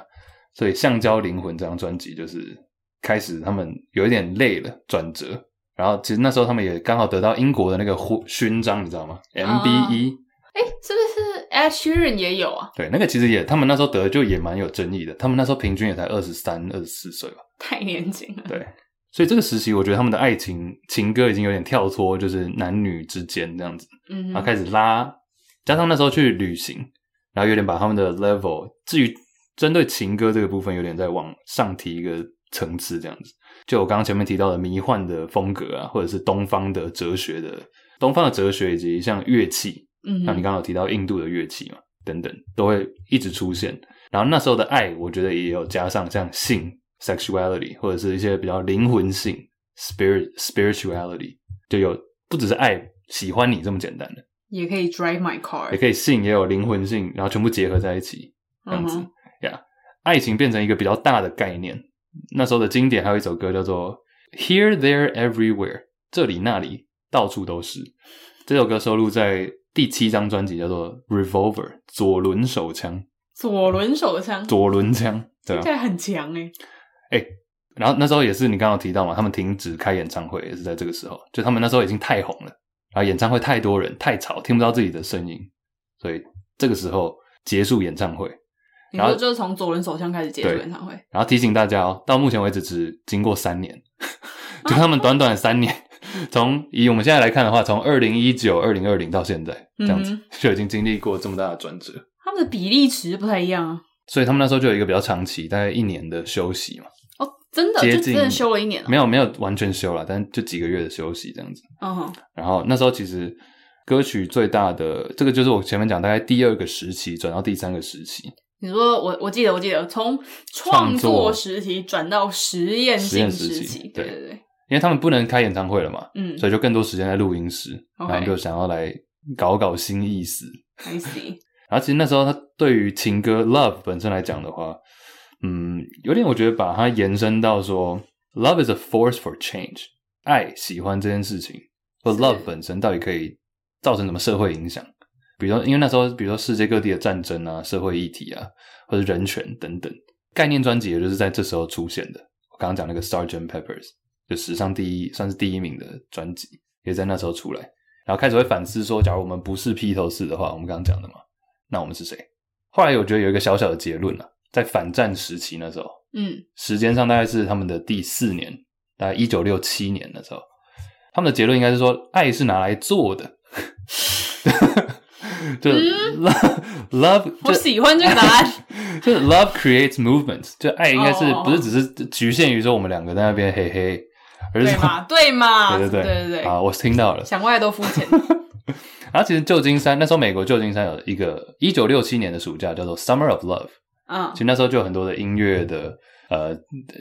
S1: 所以《橡胶灵魂》这张专辑就是开始他们有一点累了，转折。然后其实那时候他们也刚好得到英国的那个徽勋章，你知道吗？MBE，、
S2: 啊哎，是不是 Ed Sheeran 也有啊？
S1: 对，那个其实也他们那时候得就也蛮有争议的，他们那时候平均也才二十三、二十四岁吧。
S2: 太年轻了。
S1: 对，所以这个时期我觉得他们的爱情情歌已经有点跳脱，就是男女之间这样子。
S2: 嗯
S1: 然后啊
S2: 哼，
S1: 开始拉，加上那时候去旅行，然后有点把他们的 level，至于针对情歌这个部分，有点在往上提一个层次这样子。就我刚刚前面提到的迷幻的风格啊，或者是东方的哲学的东方的哲学，以及像乐器，
S2: 嗯
S1: 像你
S2: 哼，
S1: 刚刚有提到印度的乐器嘛，等等，都会一直出现。然后那时候的爱，我觉得也有加上像性 （sexuality） 或者是一些比较灵魂性 （spirit spirituality），就有不只是爱喜欢你这么简单的。
S2: 也可以 Drive My
S1: 也
S2: Car。
S1: 可以性，也有灵魂性，然后全部结合在一起，这样子
S2: 嗯
S1: 呀。爱情变成一个比较大的概念。那时候的经典还有一首歌叫做 Here, There, Everywhere，这里那里到处都是。这首歌收录在第七张专辑，叫做《Revolver》左轮手枪，
S2: 左轮手枪，
S1: 左轮枪，对
S2: 听
S1: 啊
S2: 起。来很强哎、
S1: 然后那时候也是你刚刚有提到嘛，他们停止开演唱会也是在这个时候，就他们那时候已经太红了，然后演唱会太多人太吵，听不到自己的声音，所以这个时候结束演唱会。
S2: 你
S1: 然后
S2: 说就是从左轮手枪开始结束
S1: 对
S2: 演唱会，
S1: 然后提醒大家哦，到目前为止只经过三年， 就他们短短的三年，从以我们现在来看的话，从二零一九、二零二零到现在这样子，
S2: 嗯
S1: 就已经经历过这么大的转折。
S2: 他们的比例尺不太一样啊。
S1: 所以他们那时候就有一个比较长期，大概一年的休息嘛，
S2: 哦，真的，
S1: 接
S2: 就
S1: 近
S2: 真的休了一年了。
S1: 没有没有完全休了，但就几个月的休息这样子。
S2: 嗯哼，
S1: 然后那时候其实歌曲最大的这个就是我前面讲，大概第二个时期转到第三个时期，
S2: 你说我我记得我记得，从
S1: 创
S2: 创
S1: 作
S2: 作时期转到实验
S1: 实验
S2: 性
S1: 时
S2: 时
S1: 期
S2: 期，
S1: 对
S2: 对对对，
S1: 因为他们不能开演唱会了嘛，
S2: 嗯
S1: 所以就更多时间在录音室，然
S2: OK
S1: 后就想要来搞搞新意思。
S2: ，I see，
S1: 然后其实那时候他对于情歌《Love》本身来讲的话，嗯，有点我觉得把它延伸到说，Love is a force for change，爱喜欢这件事情，或 Love 本身到底可以造成什么社会影响？比如说，因为那时候比如说世界各地的战争啊、社会议题啊，或者人权等等，概念专辑也就是在这时候出现的。我刚刚讲那个《Sergeant Peppers》，就史上第一，算是第一名的专辑，也在那时候出来。然后开始会反思说，假如我们不是披头士的话，我们刚刚讲的嘛，那我们是谁？后来我觉得有一个小小的结论啊，在反战时期那时候，
S2: 嗯，
S1: 时间上大概是他们的第四年，大概一九六七年的时候，他们的结论应该是说，爱是拿来做的， 就是 love love
S2: 嗯 我
S1: 就
S2: 喜欢这个答 案。
S1: 就是 love creates movement，就爱应该是
S2: 哦
S1: 不是只是局限于说我们两个在那边嘿嘿，而是
S2: 对
S1: 说
S2: 嘛，对 嘛，
S1: 对对
S2: 对对
S1: 啊，我听到了。
S2: 想歪都肤 浅。
S1: 然后其实旧金山那时候美国旧金山有一个一九六七年的暑假叫做 Summer of Love。
S2: 嗯
S1: 其实那时候就有很多的音乐的呃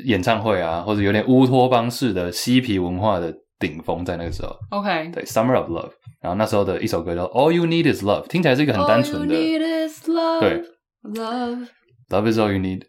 S1: 演唱会啊，或者有点乌托邦式的嬉皮文化的顶峰，在那个时候，
S2: ，OK。
S1: 对《Summer of Love》，然后那时候的一首歌叫《All You Need Is Love》，听起来是一个很单纯的
S2: All you need is love,
S1: 对
S2: love，
S1: Love is all you need 。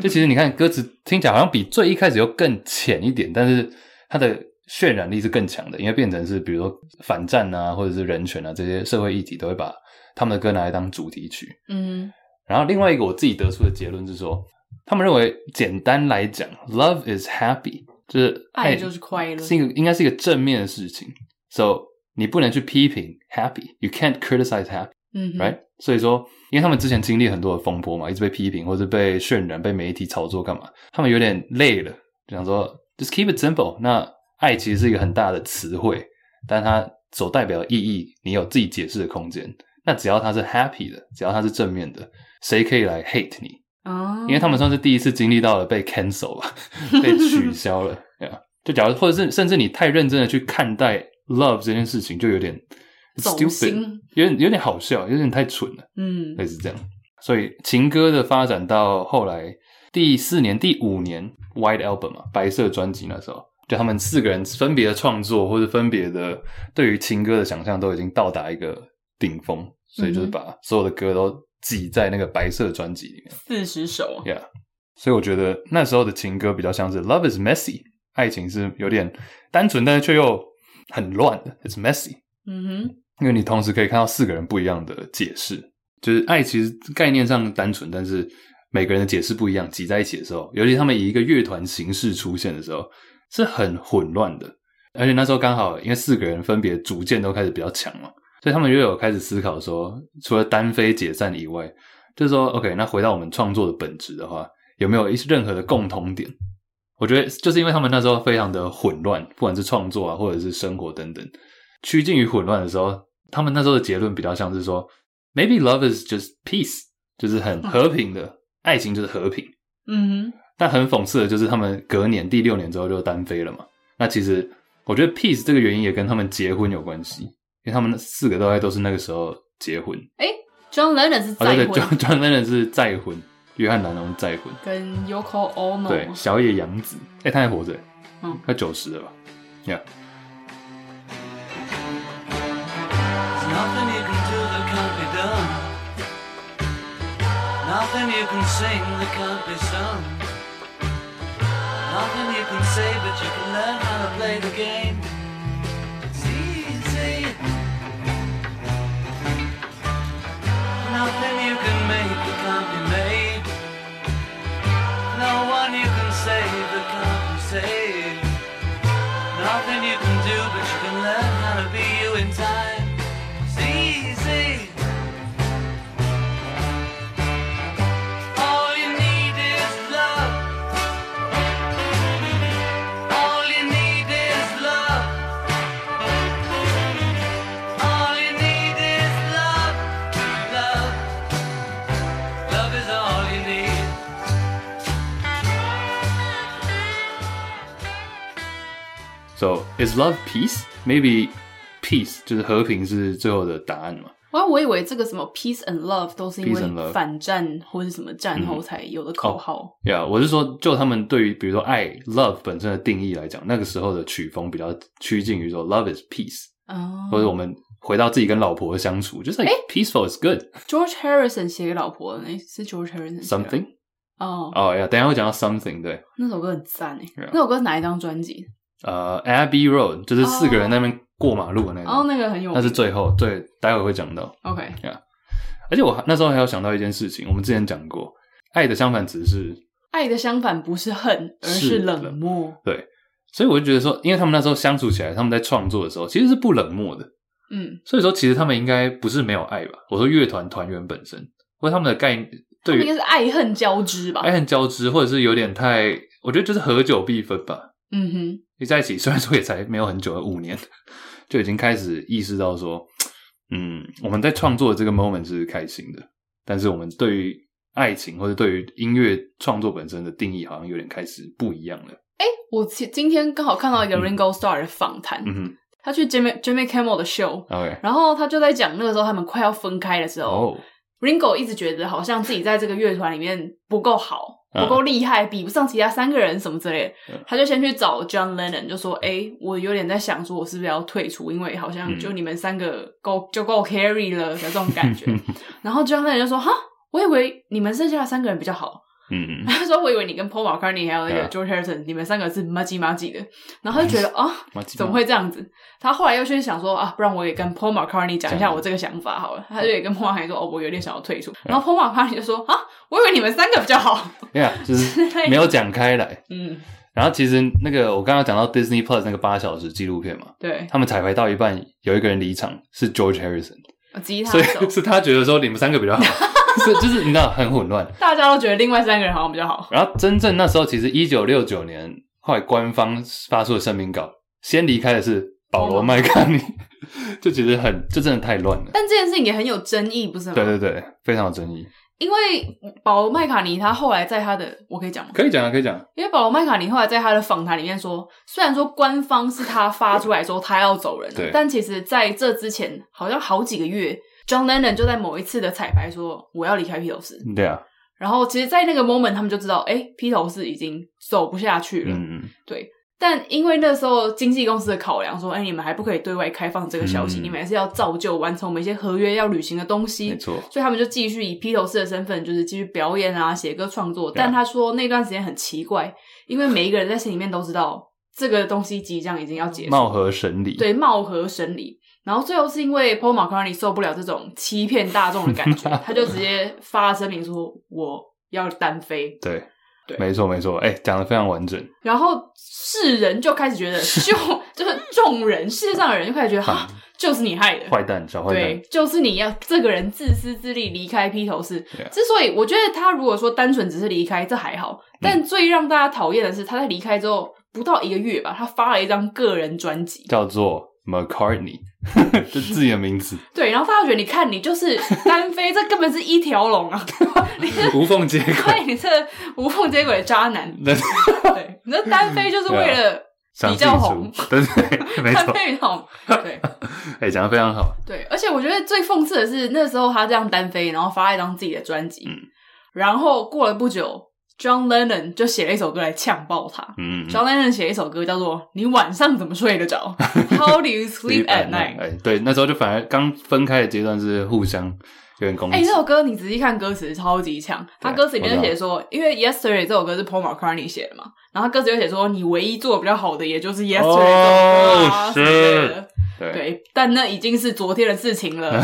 S1: 就其实你看歌词听起来好像比最一开始又更浅一点，但是它的渲染力是更强的，因为变成是比如说反战啊，或者是人权啊这些社会议题，都会把他们的歌拿来当主题曲。
S2: 嗯
S1: 然后另外一个我自己得出的结论是说，他们认为简单来讲，love is happy，就是哎
S2: 爱就是快乐
S1: 是一个应该是一个正面的事情。So 你不能去批评 happy，you can't criticize happy，right？、
S2: 嗯哼，
S1: 所以说，因为他们之前经历很多的风波嘛，一直被批评或者被渲染、被媒体炒作干嘛，他们有点累了，就想说 just keep it simple。那爱其实是一个很大的词汇，但它所代表的意义，你有自己解释的空间。那只要它是 happy 的，只要它是正面的，谁可以来 hate 你？
S2: 哦，
S1: 因为他们算是第一次经历到了 被 cancel 吧，被取消了。对啊，就假如或者是甚至你太认真的去看待 love 这件事情，就有点
S2: 走
S1: stupid，
S2: 心
S1: 有点有点好笑，有点太蠢了，
S2: 嗯
S1: 类似这样。所以情歌的发展到后来第四年、第五年 White Album 嘛，白色专辑那时候，就他们四个人分别的创作或者分别的对于情歌的想象都已经到达一个顶峰，所以就是
S2: 嗯哼
S1: 把所有的歌都挤在那个白色专辑里面。
S2: 四十首
S1: Yeah，所以我觉得那时候的情歌比较像是 Love is messy，爱情是有点单纯，但是却又很乱的，It's messy，
S2: 嗯哼，
S1: 因为你同时可以看到四个人不一样的解释，就是爱其实概念上单纯，但是每个人的解释不一样，挤在一起的时候，尤其他们以一个乐团形式出现的时候，是很混乱的。而且那时候刚好因为四个人分别逐渐都开始比较强嘛，所以他们又有开始思考说，除了单飞解散以外，就是说，OK，那回到我们创作的本质的话，有没有一任何的共同点？我觉得就是因为他们那时候非常的混乱，不管是创作啊，或者是生活等等，趋近于混乱的时候，他们那时候的结论比较像是说，maybe love is just peace，就是很和平的爱情，就是和平。
S2: 嗯哼，
S1: 但很讽刺的就是，他们隔年第六年之后就单飞了嘛。那其实我觉得 peace 这个原因也跟他们结婚有关系，因为他们四个大概都是那个时候结婚。
S2: 哎，John Lennon 是
S1: 啊，
S2: 再
S1: 对对，John
S2: 婚
S1: John Lennon 是再婚，约翰·兰农再婚。
S2: 跟 Yoko
S1: 对，
S2: Ono，
S1: 小野洋子，哎、他还活着，
S2: 哦嗯
S1: 快九十了吧？Yeah，
S3: There's nothing you can do that can't be done. Nothing you can sing that can't be sung.
S4: Nothing you can say, but you can learn how to play the game. It's easy. Nothing you can make that can't be made. No one you can save that can't be saved. Nothing you can do, but you can learn how to be you in time. It's easy. All you need is love. All you need is love. All you need is love. Love. Love is all you need.
S1: ？So is love peace? Maybe peace 就是和平是最后的答案嘛？
S2: 我我以为这个什么 peace and love 都是因
S1: Peace and love
S2: 为反战或是什么战后才有的口号。
S1: 呀、yeah,，我是说，就他们对于比如说爱 love 本身的定义来讲，那个时候的曲风比较趋近于说 love is peace，、
S2: 哦
S1: 嗯或者我们回到自己跟老婆的相处，就是 like、peaceful is good
S2: George Harrison 写给老婆的那是 George Harrison 写的
S1: something。
S2: 哦，
S1: 哦呀，等一下会讲到 something 对，
S2: 那首歌很赞诶
S1: Yeah
S2: 那首歌是哪一张专辑？
S1: 呃、a b b e y Road 就是四个人在那边过马路的那个
S2: 然哦后那个很有
S1: 哎那是最后，对，待会会讲到。
S2: OK
S1: 而且我还那时候还有想到一件事情，我们之前讲过，爱的相反词是
S2: 爱的相反不是恨，而
S1: 是
S2: 是
S1: 冷
S2: 冷漠。
S1: 对，所以我就觉得说，因为他们那时候相处起来，他们在创作的时候其实是不冷漠的，
S2: 嗯，
S1: 所以说其实他们应该不是没有爱吧？我说乐团团员本身，或者他们的概念
S2: 他
S1: 对哎
S2: 们应该
S1: 于
S2: 是爱恨交织吧
S1: 爱？恨交织，或者是有点太，我觉得就是合久必分吧。
S2: 嗯哼，
S1: 一在一起虽然说也才没有很久，五年，就已经开始意识到说，嗯，我们在创作的这个 moment 是开心的，但是我们对于爱情或者对于音乐创作本身的定义，好像有点开始不一样了。
S2: 我其今天刚好看到一个
S1: 嗯
S2: Ringo Starr 的访谈，
S1: 嗯哼
S2: 他去 Jimmy Jimmy Kimmel 的 show，
S1: ，OK，
S2: 然后他就在讲那个时候他们快要分开的时候、
S1: 哦，
S2: r i n g o 一直觉得好像自己在这个乐团里面不够好，
S1: 嗯
S2: 不够厉害，比不上其他三个人什么之类的
S1: 嗯。
S2: 他就先去找 John Lennon，就说：“哎、我有点在想，说我是不是要退出，因为好像
S1: 嗯
S2: 就你们三个够就够 carry 了的这种感
S1: 哦嗯
S2: 觉。”然后 John Lennon 就说：“哈，我以为你们剩下的三个人比较好。”
S1: 嗯，
S2: 他说：“我以为你跟 Paul McCartney 还有那个
S1: 嗯
S2: George Harrison，、你们三个是麻吉麻吉的。”然后他 就觉得啊、
S1: 嗯
S2: 怎么会这样子？他后来又去想说啊，不然我也跟 Paul McCartney 讲
S1: 讲
S2: 一下我这个想法好了。他就也跟 Paul McCartney 说，哦，我有点想要退出。
S1: 嗯
S2: 然后 Paul McCartney 就说啊，我以为你们三个比较好。
S1: 呀？就是 没有讲开来。
S2: 嗯，
S1: 然后其实那个我刚刚讲到 Disney Plus 那个八小时纪录片嘛，
S2: 对，
S1: 他们彩排到一半，有一个人离场是 George Harrison，
S2: 吉他
S1: 所
S2: 手
S1: 以，是他觉得说你们三个比较好， 是就是你知道很混乱。
S2: 大家都觉得另外三个人好像比较好。
S1: 然后真正那时候，其实一九六九年，后来官方发出的声明稿，先离开的是保
S2: 哦
S1: 罗麦卡尼， 就其实很，就真的太乱了。
S2: 但这件事情也很有争议，不是吗？
S1: 对对对，非常有争议。
S2: 因为保罗麦卡尼他后来在他的，我可以讲吗？
S1: 可以讲啊，可以讲。
S2: 因为保罗麦卡尼后来在他的访谈里面说，虽然说官方是他发出来说他要走人
S1: 对
S2: 了，但其实在这之前好像好几个月，John Lennon 就在某一次的彩排说我要离开披头士。
S1: 对啊，
S2: 然后其实，在那个 moment 他们就知道，哎，披头士已经走不下去了。
S1: 嗯嗯，
S2: 对，但因为那时候经纪公司的考量说，哎，你们还不可以对外开放这个消息，
S1: 嗯
S2: 你们还是要造就完成我们一些合约要履行的东西。
S1: 没错。
S2: 所以他们就继续以披头士的身份，就是继续表演啊、写歌创作。
S1: 对啊
S2: 但他说那段时间很奇怪，因为每一个人在心里面都知道这个东西即将已经要结束，
S1: 貌合神离。
S2: 对貌合神离。然后最后是因为 Paul McCartney 受不了这种欺骗大众的感 觉，他就直接发声明说我要单飞。
S1: 对
S2: 对
S1: 没错没错。哎，讲的非常完整。
S2: 然后世人就开始觉得，就就是众人世界上的人就开始觉得，哈，就是你害的，
S1: 坏蛋，小坏
S2: 对
S1: 蛋。，
S2: 就是你要这个人自私自利离开披头士。
S1: Yeah
S2: 之所以我觉得他如果说单纯只是离开，这还好，
S1: 嗯
S2: 但最让大家讨厌的是他在离开之后不到一个月吧，他发了一张个人专辑。
S1: 叫做 McCartney，就 自己的名字，
S2: 对，然后大家觉得你看你就是单飞，这根本是一条龙啊！ 你是
S1: 无缝接轨。
S2: 对，你这无缝接轨的渣男。
S1: 对
S2: 对，你这单飞就是为了
S1: 想
S2: 比较
S1: 清楚
S2: 红，
S1: 对对，没
S2: 单
S1: 错。
S2: 飞红。对
S1: 哎，讲的非常好。
S2: 对，而且我觉得最讽刺的是，那时候他这样单飞，然后发了一张自己的专辑，
S1: 嗯
S2: 然后过了不久，John Lennon 就写了一首歌来呛爆他。
S1: 嗯，嗯
S2: John Lennon 写了一首歌叫做《你晚上怎么睡得着》，How
S1: 嗯
S2: do you sleep at night？
S1: 哎，对，那时候就反而刚分开的阶段是互相有点攻
S2: 哎、
S1: 击
S2: 这。首歌你仔细看歌词超级强，他
S1: 对
S2: 歌词里面就
S1: 我知道
S2: 写说，因为 Yesterday 这首歌是 Paul McCartney 写的嘛，然后他歌词就写说，你唯一做的比较好的也就是 Yesterday 这首歌啊、
S1: Oh,
S2: 之类的，
S1: 对，
S2: 对，但那已经是昨天的事情了，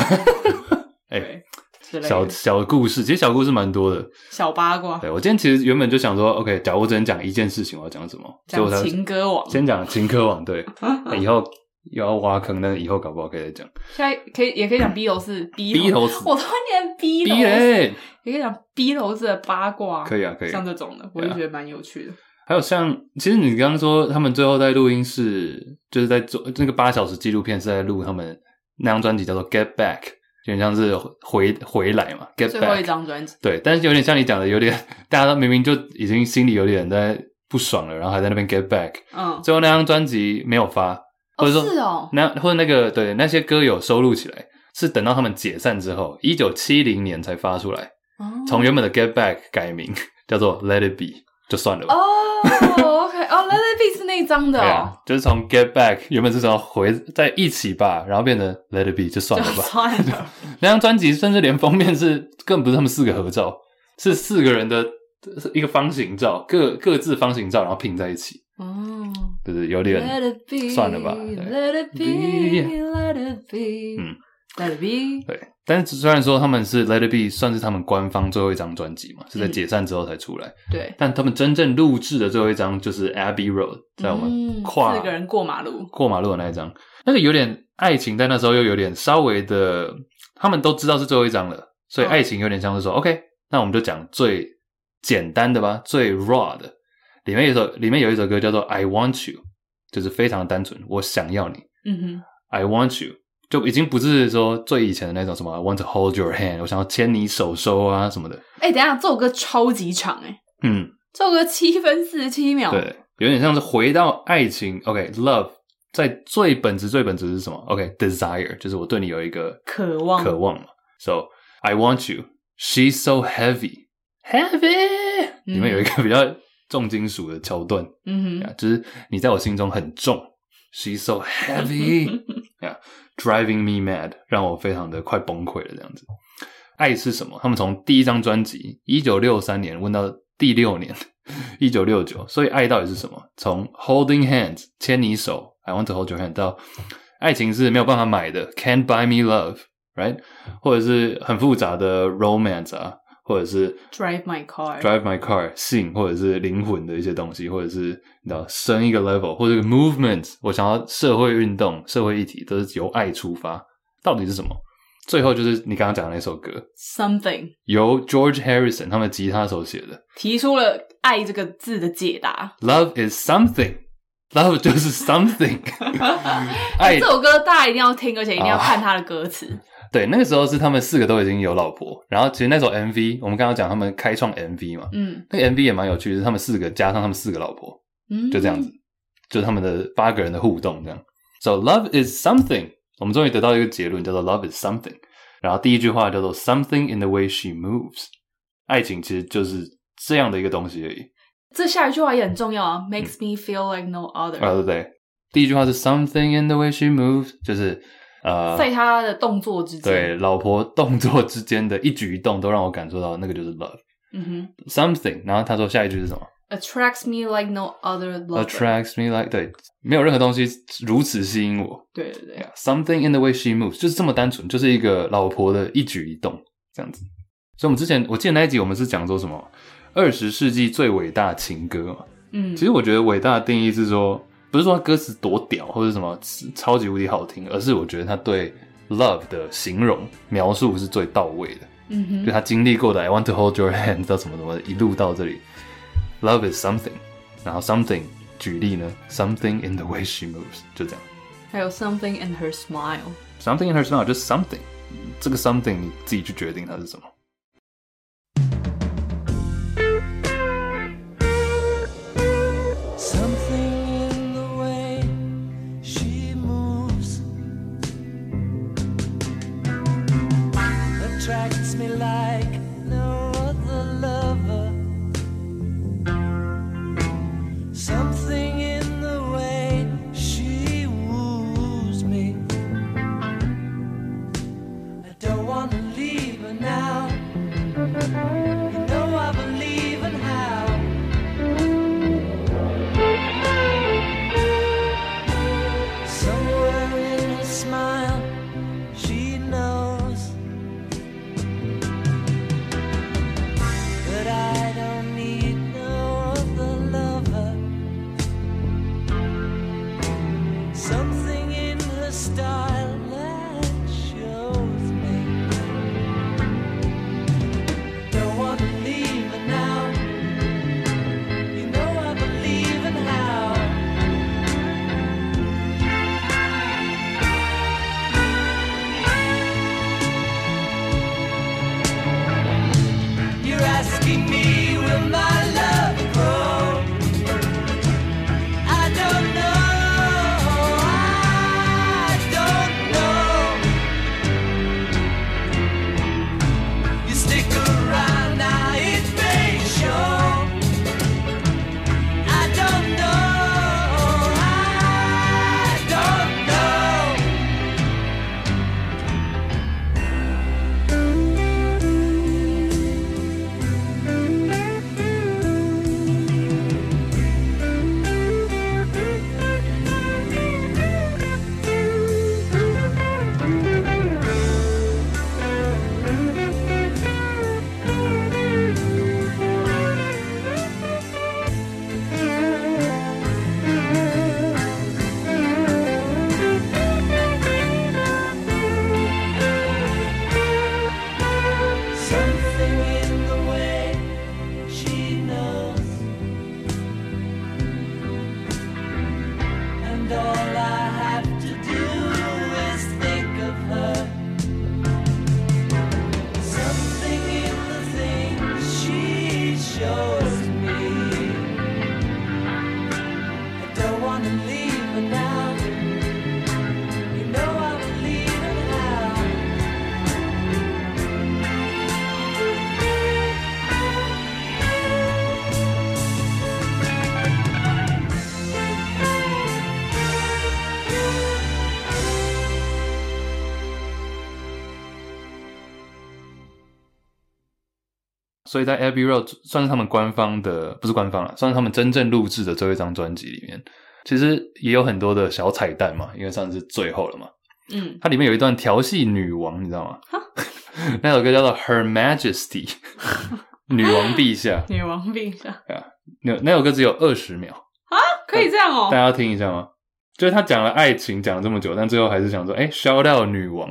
S1: 哎、
S2: 对，之类
S1: 小
S2: 的
S1: 小故事，其实小故事蛮多的。
S2: 小八卦，
S1: 对我今天其实原本就想说，OK，假如我只能讲一件事情，我要讲什么？所以我
S2: 讲
S1: 才
S2: 情歌王，
S1: 先讲情歌网，对，以后又要挖坑，但是以后搞不好可以再讲。
S2: 现在可以也可以讲 B 楼是 B
S1: 逼
S2: 楼，
S1: 头死，
S2: 我突然间 B 楼
S1: 逼嘞，
S2: 也可以讲 B 楼是的八卦，
S1: 哎可以啊，可以。
S2: 像这种的，我就觉得蛮有趣的。
S1: 还有像，其实你刚刚说他们最后在录音室，就是在做那个八小时纪录片是在录他们那张专辑叫做《Get Back》，有点像是回回来嘛，《Get
S2: 最后
S1: Back》
S2: 一张专辑，
S1: 对，但是有点像你讲的，有点大家都明明就已经心里有点在不爽了，然后还在那边 Get Back，
S2: 嗯，
S1: 最后那张专辑没有发，或
S2: 哦
S1: 者说、
S2: 是哦，
S1: 那或者那个对那些歌有收录起来，是等到他们解散之后，一九七零年才发出来，
S2: 哦
S1: 从原本的 Get Back 改名叫做 Let It Be，就算了吧。
S2: 哦，OK，哦，Let It Be 是那一张的
S1: 对
S2: 哦
S1: 啊，，就是从 Get Back 原本是想要回在一起吧，然后变成 Let It Be 就啊算
S2: 就
S1: 了吧。
S2: 算了，
S1: 那张专辑甚至连封面是更不是他们四个合照，是四个人的是一个方形照，各各自方形照，然后拼在一起，
S2: 哦
S1: 就是有点
S2: ，Let It Be，
S1: 算了吧对
S2: ，Let It
S1: Be
S2: Be，Let It Be，
S1: 嗯
S2: ，Let It Be，
S1: 对。但是虽然说他们是 Let It Be 算是他们官方最后一张专辑嘛，是在
S2: 嗯
S1: 解散之后才出来，
S2: 对，
S1: 但他们真正录制的最后一张就是 Abbey Road，在我们
S2: 嗯
S1: 跨、
S2: 四个人过马路，
S1: 过马路的那一张，那个有点爱情，在那时候又有点稍微的，他们都知道是最后一张了，所以
S2: 嗯
S1: 爱情有点像是说、o k 那我们就讲最简单的吧，最 raw 的。里面有一首，里面有一首歌叫做《I Want You》，就是非常单纯，我想要你
S2: 嗯
S1: ，I want you，就已经不是说最以前的那种什么 I want to hold your hand，我想要牵你手手啊什么的。
S2: 哼，哎，等一下，这首歌超级长，哎，
S1: 嗯，
S2: 这首歌七分四十七秒，
S1: 对，有点像是回到爱情。OK，love、在最本质、最本质是什么？OK，desire、就是我对你有一个
S2: 渴望
S1: 渴望嘛。So I want you. She's so heavy, heavy、
S2: 嗯
S1: 里面有一个比较重金属的桥段，
S2: 嗯哼，
S1: yeah, 就是你在我心中很重。She's so heavy, yeah, driving me mad，让我非常的快崩溃了。这样子，爱是什么？他们从第一张专辑一九六三年问到第六年 一九六九，所以爱到底是什么？从 holding hands 牵你手，I want to hold your hand 到爱情是没有办法买的，can't buy me love，right？或者是很复杂的 romance 啊，或者是
S2: Drive my car
S1: drive my car 性或者是灵魂的一些东西，或者是你知道升一个 level 或者是 movement，我想要社会运动、社会议题都是由爱出发，到底是什么？最后就是你刚刚讲的那首歌，
S2: something，
S1: 由 George Harrison 他们吉他手写的
S2: 提出了“爱”这个字的解答。
S1: ，Love is something。Love 就是 something，爱
S2: 哎这首歌大家一定要听，而且一定要
S1: 啊
S2: 看它的歌 词。
S1: 对那个时候是他们四个都已经有老婆，然后其实那首 MV 我们刚刚讲他们开创 MV 嘛，
S2: 嗯
S1: 那个 MV 也蛮有趣的，是他们四个加上他们四个老婆，
S2: 嗯，
S1: 就这样子，就是他们的八个人的互动这样。So love is something，我们终于得到一个结论，叫做 love is something。然后第一句话叫做 something in the way she moves，爱情其实就是这样的一个东西而已。
S2: 这下一句话也很重要
S1: 嗯
S2: 啊，makes me feel like no
S1: 啊，
S2: other，
S1: 对不对？第一句话是 something in the way she moves，就是呃，
S2: 在他的动作之间。
S1: 对，老婆动作之间的一举一动都让我感受到那个就是 love
S2: 嗯
S1: something。然后他说下一句是什么？
S2: 哼，attracts me like no other love。
S1: Attracts me like 对，没有任何东西如此吸引我。
S2: 对对对，
S1: Yeah, something in the way she moves，就是这么单纯，就是一个老婆的一举一动这样子。所以，我们之前我记得那一集我们是讲说什么二十世纪最伟大情歌嘛。
S2: 嗯
S1: 其，实我觉得伟大的定义是说，不是说它歌词多屌或者什么超级无敌好听，而是我觉得他对 love 的形容描述是最到位的。
S2: 嗯
S1: 就
S2: 哼，
S1: 他经历过的 I want to hold your hand 到什么什么，一路到这里，Love is something，然后 something 举例呢，something in the way she moves 就这样。
S2: 还有 something in her smile。
S1: something in her smile，就是 something。这个 something 你自己去决定它是什么。
S4: Something in the way she moves attracts me like no other lover. Something in the way she woos me. I don't want to leave her
S1: 所以在 Abbey Road 算是他们官方的，不是官方了，算是他们真正录制的最后一张专辑里面，其实也有很多的小彩蛋嘛，因为算是最后了嘛。
S2: 嗯，
S1: 它里面有一段调戏女王，你知道吗？那首歌叫做《Her Majesty》，女王陛下。
S2: 女王陛下
S1: 那那首歌只有二十秒，
S2: 可以这样哦
S1: 大、家要听一下吗？就是他讲了爱情，讲了这么久，但最后还是想说，哎、s h o u t out 女王，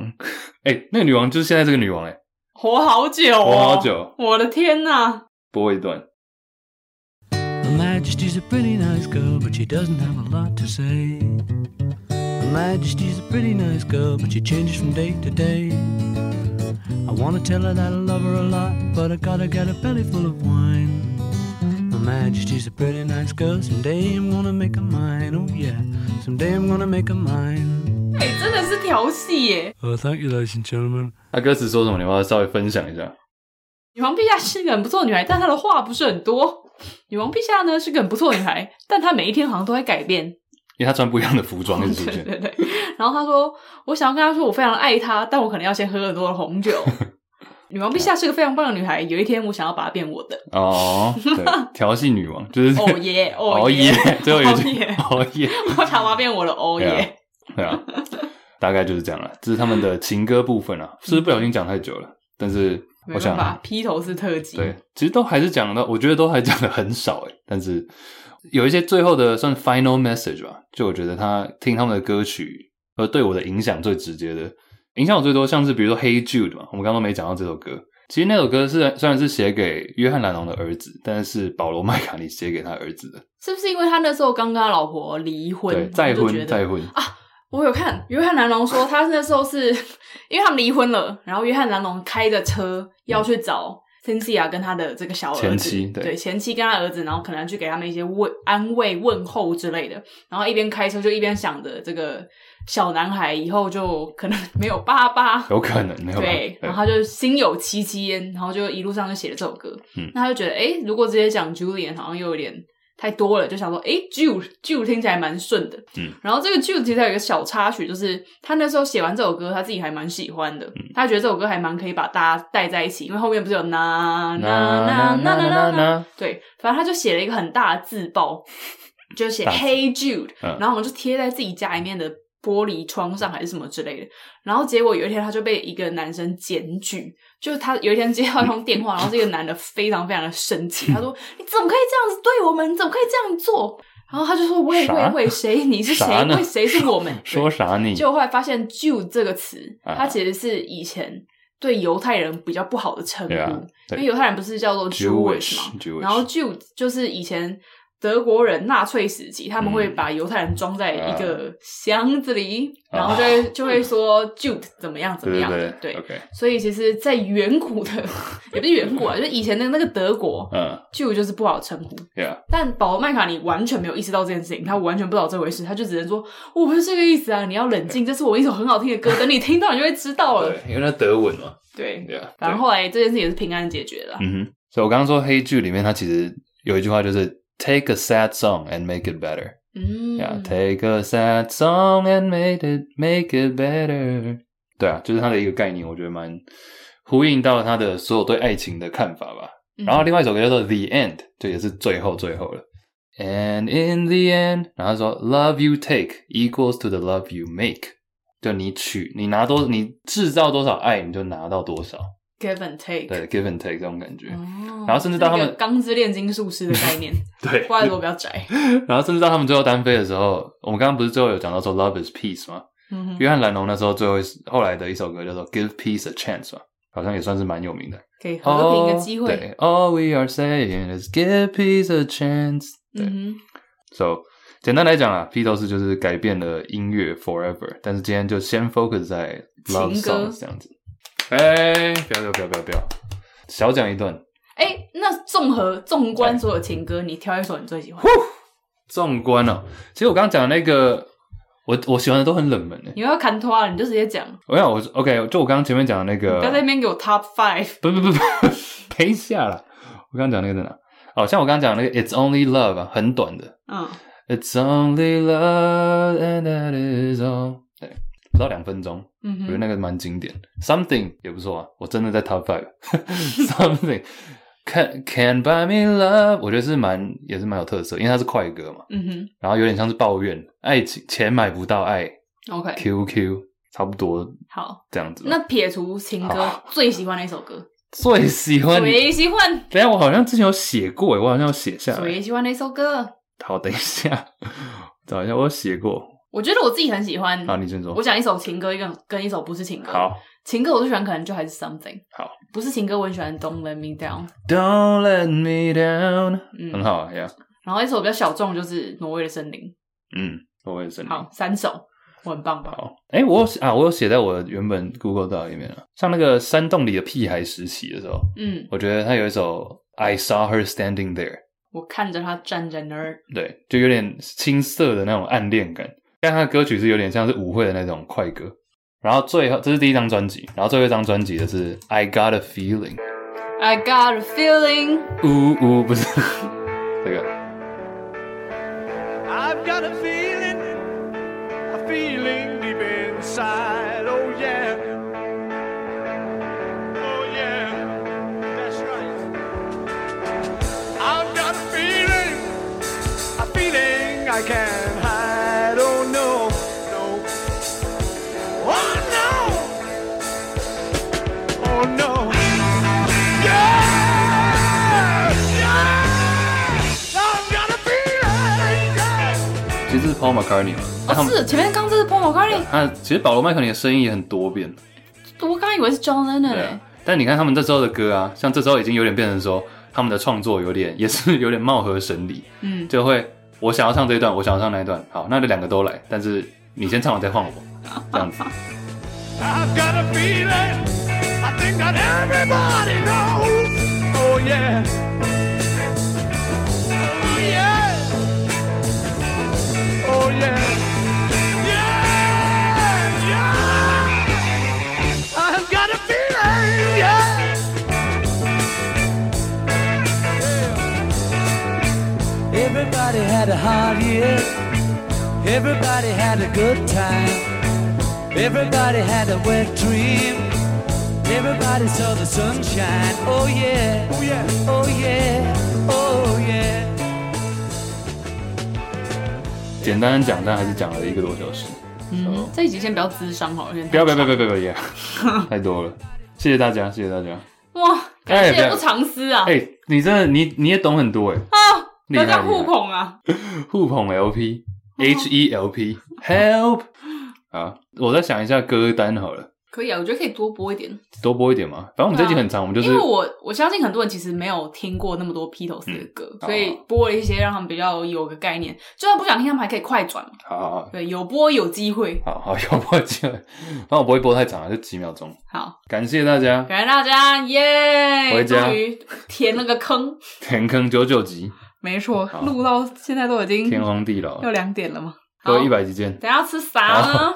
S1: 哎、那个女王就是现在这个女王、哎，
S2: 活好久哦，
S1: 活好，久，
S2: 我的天呐！
S1: 播一段。
S4: Her Majesty's a pretty nice girl, but she doesn't have a lot to say. Her Majesty's a pretty nice girl, but she changes from day to day. I wanna tell her that I love her a lot, but I gotta get a belly full of wine. Her Majesty's a pretty nice girl, someday I'm gonna make her mine, oh yeah. Someday I'm gonna make her mine.
S2: 哎、真的是调戏耶！
S4: Oh, thank you, ladies and gentlemen.
S1: 那歌词说什么？你要不要稍微分享一下。
S2: 女王陛下是个很不错的女孩，但她的话不是很多。女王陛下呢是个很不错的女孩，但她每一天好像都在改变。
S1: 因为他穿不一样的服装一直出
S2: 对
S1: 现，
S2: 对对。然后她说：“我想要跟她说我非常爱她，但我可能要先喝很多的红 酒。”女王陛下是个非常棒的女孩，有一天我想要把她变我 的。
S1: 哦，对，调戏女王就是
S2: 哦耶，
S1: 熬
S2: 哦
S1: 夜
S2: 耶，，哦
S1: 最后一 句
S2: 耶
S1: 熬夜，
S2: 我想把她变我的哦
S1: 对啊
S2: 耶。，
S1: 对啊，大概就是这样了。这是他们的情歌部分啊，是不是不小心讲太久了？但是
S2: 没
S1: 我想
S2: 办，法，披头士特辑。
S1: 对，其实都还是讲到，我觉得都还讲的很少诶， 但是有一些最后的算 final message 吧，就我觉得他听他们的歌曲，呃，对我的影响最直接的，影响我最多像是比如说《Hey Jude》嘛，我们刚刚都没讲到这首歌。其实那首歌是虽然是写给约翰·兰农的儿子，但是保罗·麦卡尼写给他儿子的，
S2: 是不是因为他那时候刚跟他老婆离婚，
S1: 对，
S2: 我
S1: 再
S2: 就觉
S1: 婚
S2: 得啊
S1: 再婚，
S2: 我有看约翰·南龙说，他那时候是因为他们离婚了，然后约翰·南龙开着车要去找 Cynthia 跟他的这个小儿子，
S1: 前妻对
S2: 对前妻跟他儿子，然后可能去给他们一些慰安慰、问候之类的。然后一边开车就一边想着这个小男孩以后就可能没有爸爸，
S1: 有可能没有吧？
S2: 对，然后他就心有戚戚焉，然后就一路上就写了这首歌。
S1: 嗯
S2: 那他就觉得，诶，如果直接讲 Julian 好像又有点太多了，就想说，诶 j u d e j u d e 听起来蛮顺的。
S1: 嗯，
S2: 然后这个 Jude 其实还有一个小插曲，就是他那时候写完这首歌，他自己还蛮喜欢的，他觉得这首歌还蛮可以把大家带在一起，因为后面不是有那那那那那那那，
S1: 那，
S2: 对，反正他就写了一个很大的字报， 就写
S1: 大字
S2: Hey Jude，
S1: 嗯
S2: 然后我们就贴在自己家里面的玻璃窗上还是什么之类的。然后结果有一天，他就被一个男生检举，就是他有一天接到一通电话，然后这个男的非常非常的生气，他说：“你怎么可以这样子对我们？你怎么可以这样做？”然后他就说：“喂
S1: 啥
S2: 喂喂，谁？你是谁
S1: 啥？呢
S2: 喂， 谁是我们？” 对
S1: 说啥你？
S2: 就后来发现 “Jew” 这个词，
S1: 啊
S2: 它其实是以前对犹太人比较不好的称呼
S1: Yeah，对
S2: 因为犹太人不是叫做
S1: Jewish，
S2: Jewish 嘛
S1: Jewish
S2: 然后 “Jew” 就是以前德国人纳粹时期，他们会
S1: 嗯
S2: 把犹太人装在一个箱子里，
S1: 啊
S2: 然后就会就会说 “Jew” 怎么样怎么
S1: 对
S2: 样的，
S1: 对
S2: 对。
S1: ，OK，
S2: 所以其实，在远古的 也不是远古啊，就是以前的那个德国
S1: 嗯
S2: “Jew” 就是不好称呼。
S1: ，Yeah，
S2: 但保罗麦卡尼完全没有意识到这件事情，他完全不知道这回事，他就只能说我不是这个意思啊，你要冷静，这是我一首很好听的歌，等你听到你就会知道了。
S1: 对，因为那德文嘛啊
S2: 对，
S1: ，Yeah，
S2: 反哦正后来这件事也是平安解决了。
S1: 嗯哼，所以我刚刚说黑剧里面，它其实有一句话就是 “Take a sad song and make it better”。
S2: 嗯，
S1: Yeah, take a sad song and make it make it better。对啊，就是它的一个概念，我觉得蛮呼应到他的所有对爱情的看法吧。
S2: 嗯
S1: 然后另外一首歌叫做《The End》，就也是最后最后了。And in the end，然后他说 “Love you take equals to the love you make”，就你取你拿多你制造多少爱，你就拿到多少。
S2: give and take，
S1: 对，give and take 这种感觉。
S2: 哦
S1: 然后甚至到他们
S2: 是一个钢之炼金术师的概念，
S1: 对，
S2: 怪我比 较宅。
S1: 然后甚至到他们最后单飞的时候，我们刚刚不是最后有讲到说 “love is peace” 吗？
S2: 嗯哼，
S1: 约翰·兰农那时候最后一后来的一首歌叫做《Give Peace a Chance》吧，好像也算是蛮有名的。
S2: 给和平一个机
S1: 哦
S2: 会。
S1: 对，All we are saying is give peace a chance。对、
S2: 嗯
S1: s o 简单来讲啊，披头士就是改变了音乐 forever，但是今天就先 focus 在 love
S2: 情歌
S1: songs 这样子。哎，不要不要不要不要，小讲一段。
S2: 哼，哎，那综合纵观所有情歌，你挑一首你最喜欢，
S1: 纵观哦，其实我刚刚讲的那个，我我喜欢的都很冷门诶。
S2: 你要看脱了，你就直 接讲，
S1: 我想我 OK，就我刚刚前面讲的那个，
S2: 不要在那边给我 top five。
S1: 不不不不， 等一下啦！我刚刚讲那个在哪？哦，像我刚刚讲那个《It's Only Love》啊，很短的
S2: 嗯，
S1: 《It's Only Love》and that is all，对，不到两分钟，
S2: 嗯
S1: 我觉
S2: 哼
S1: 得。那个蛮经典。Something 也不错啊，我真的在 Top Five。Something， Can Can Buy Me Love，我觉得是蛮也是蛮有特色，因为它是快歌嘛，
S2: 嗯
S1: 然后有点像是抱怨，爱情钱买不到爱
S2: 哼，OK，
S1: ，QQ 差不多
S2: 好。
S1: 这样子吧。
S2: 那撇除情歌
S1: 好，
S2: 最喜欢哪一首歌？
S1: 最喜欢你，
S2: 最喜欢，
S1: 等一下我好像之前有写过，我好像有写下来
S2: 最。喜欢哪首歌？
S1: 好，等一下， 找一下，我有写过。
S2: 我觉得我自己很喜欢。
S1: 好，你先说
S2: 嗯我。讲一首情歌，一个跟一首不是情歌。，
S1: 好
S2: 情歌我最喜欢，可能就还是 Something。
S1: 好，
S2: 不是情歌，我很喜欢 Don't Let Me Down。
S1: ，Don't let me down，
S2: 嗯，
S1: 很。好啊，呀，
S2: 然后一首比较小众就是《挪威的森林
S1: 嗯，我也是。》。
S2: 好，三首，我很棒吧？
S1: 好，哎、我有写啊，我有写在我原本 Google 到里面了。像那个山洞里的屁孩时期的时候，
S2: 嗯，
S1: 我觉得他有一首 I saw her standing there，
S2: 我看着他站在那儿。
S1: 对，就有点青涩的那种暗恋感。但他的歌曲是有点像是舞会的那种快歌。然后最后这是第一张专辑，然后最后一张专辑的是 I Got a Feeling，
S2: I got a feeling。哦
S1: 呜呜，不是 这个。
S5: I've got a feeling, a feeling deep inside. Oh yeah. Oh yeah. That's right. I've got a feeling, a feeling I can't hide. Oh no, no. Oh no. Oh no. Yeah! Yeah! I've got a feeling. Yeah!
S1: 其实是 Paul McCartney 嘛，那他
S2: 哦，
S1: 们
S2: 是前面刚刚这是 Paul McCartney，
S1: 啊，其实保罗麦卡尼的声音也很多变，
S2: 我刚以为是 John Lennon
S1: 对
S2: 欸
S1: 啊。但你看他们这时候的歌啊，像这时候已经有点变成说，他们的创作有点 也是有点貌合神离，
S2: 嗯，
S1: 就会我想要唱这一段，我想要唱那一段，好，那就两个都来，但是你先唱完再换我，这样子。
S5: I've got a feeling. I think that everybody knows. Oh yeah. Oh yeah. Oh yeah. Yeah. Yeah. I've got a feeling. Yeah.
S4: Everybody had a hard year. Everybody had a good time. Everybody had a wet dream. Everybody saw the sunshine. Oh yeah.
S5: Oh yeah.
S4: Oh yeah. Oh yeah.
S1: 简单讲，但还是讲了一个多小时，
S2: 嗯，这一集先不要资商好了，有点太
S1: 不要不要不要不要不要， 太多了，谢谢大家，谢谢大家。
S2: 哇，
S1: 哎
S2: 感
S1: 不
S2: 谢
S1: 要
S2: 不藏私啊！
S1: 哎、你真的你你也懂很多哎、
S2: 啊，不
S1: 厉害
S2: 要这样
S1: 厉害
S2: 互捧哦啊！
S1: 互捧 LP H E L P Help 啊！我再想一下歌单好了，
S2: 可以啊，我觉得可以多播一点，
S1: 多播一点嘛。反正我们这集很长，我们就是
S2: 因为我我相信很多人其实没有听过那么多披头士的歌，所以
S1: 哦
S2: 播了一些让他们比较有个概念。就算不想听，他们还可以快转嘛。
S1: 好好好
S2: 对，有播有机会。
S1: 好好 要播就，反正我不会播太长啊，就几秒钟。
S2: 好，
S1: 感谢大家，
S2: 感谢大家，耶！
S1: 回家
S2: 终于填了个坑，
S1: 填坑九九集，
S2: 没错
S1: 好，
S2: 录到现在都已经
S1: 天荒地老
S2: 要，两点了嘛。
S1: 各
S2: 好
S1: 位一，百集见。
S2: 等一下吃啥呢？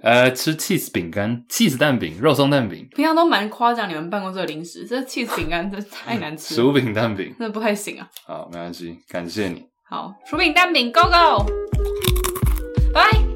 S1: 呃，吃 cheese 饼干、cheese 蛋饼、肉松蛋饼、
S2: 平常都蛮夸奖你们办公室的零食，这 cheese 饼 干真的太难吃
S1: 薯
S2: 了，
S1: 饼蛋饼。
S2: 真的不太行啊。
S1: 好，没关系，感谢你。
S2: 好，薯饼蛋饼，Go Go，拜。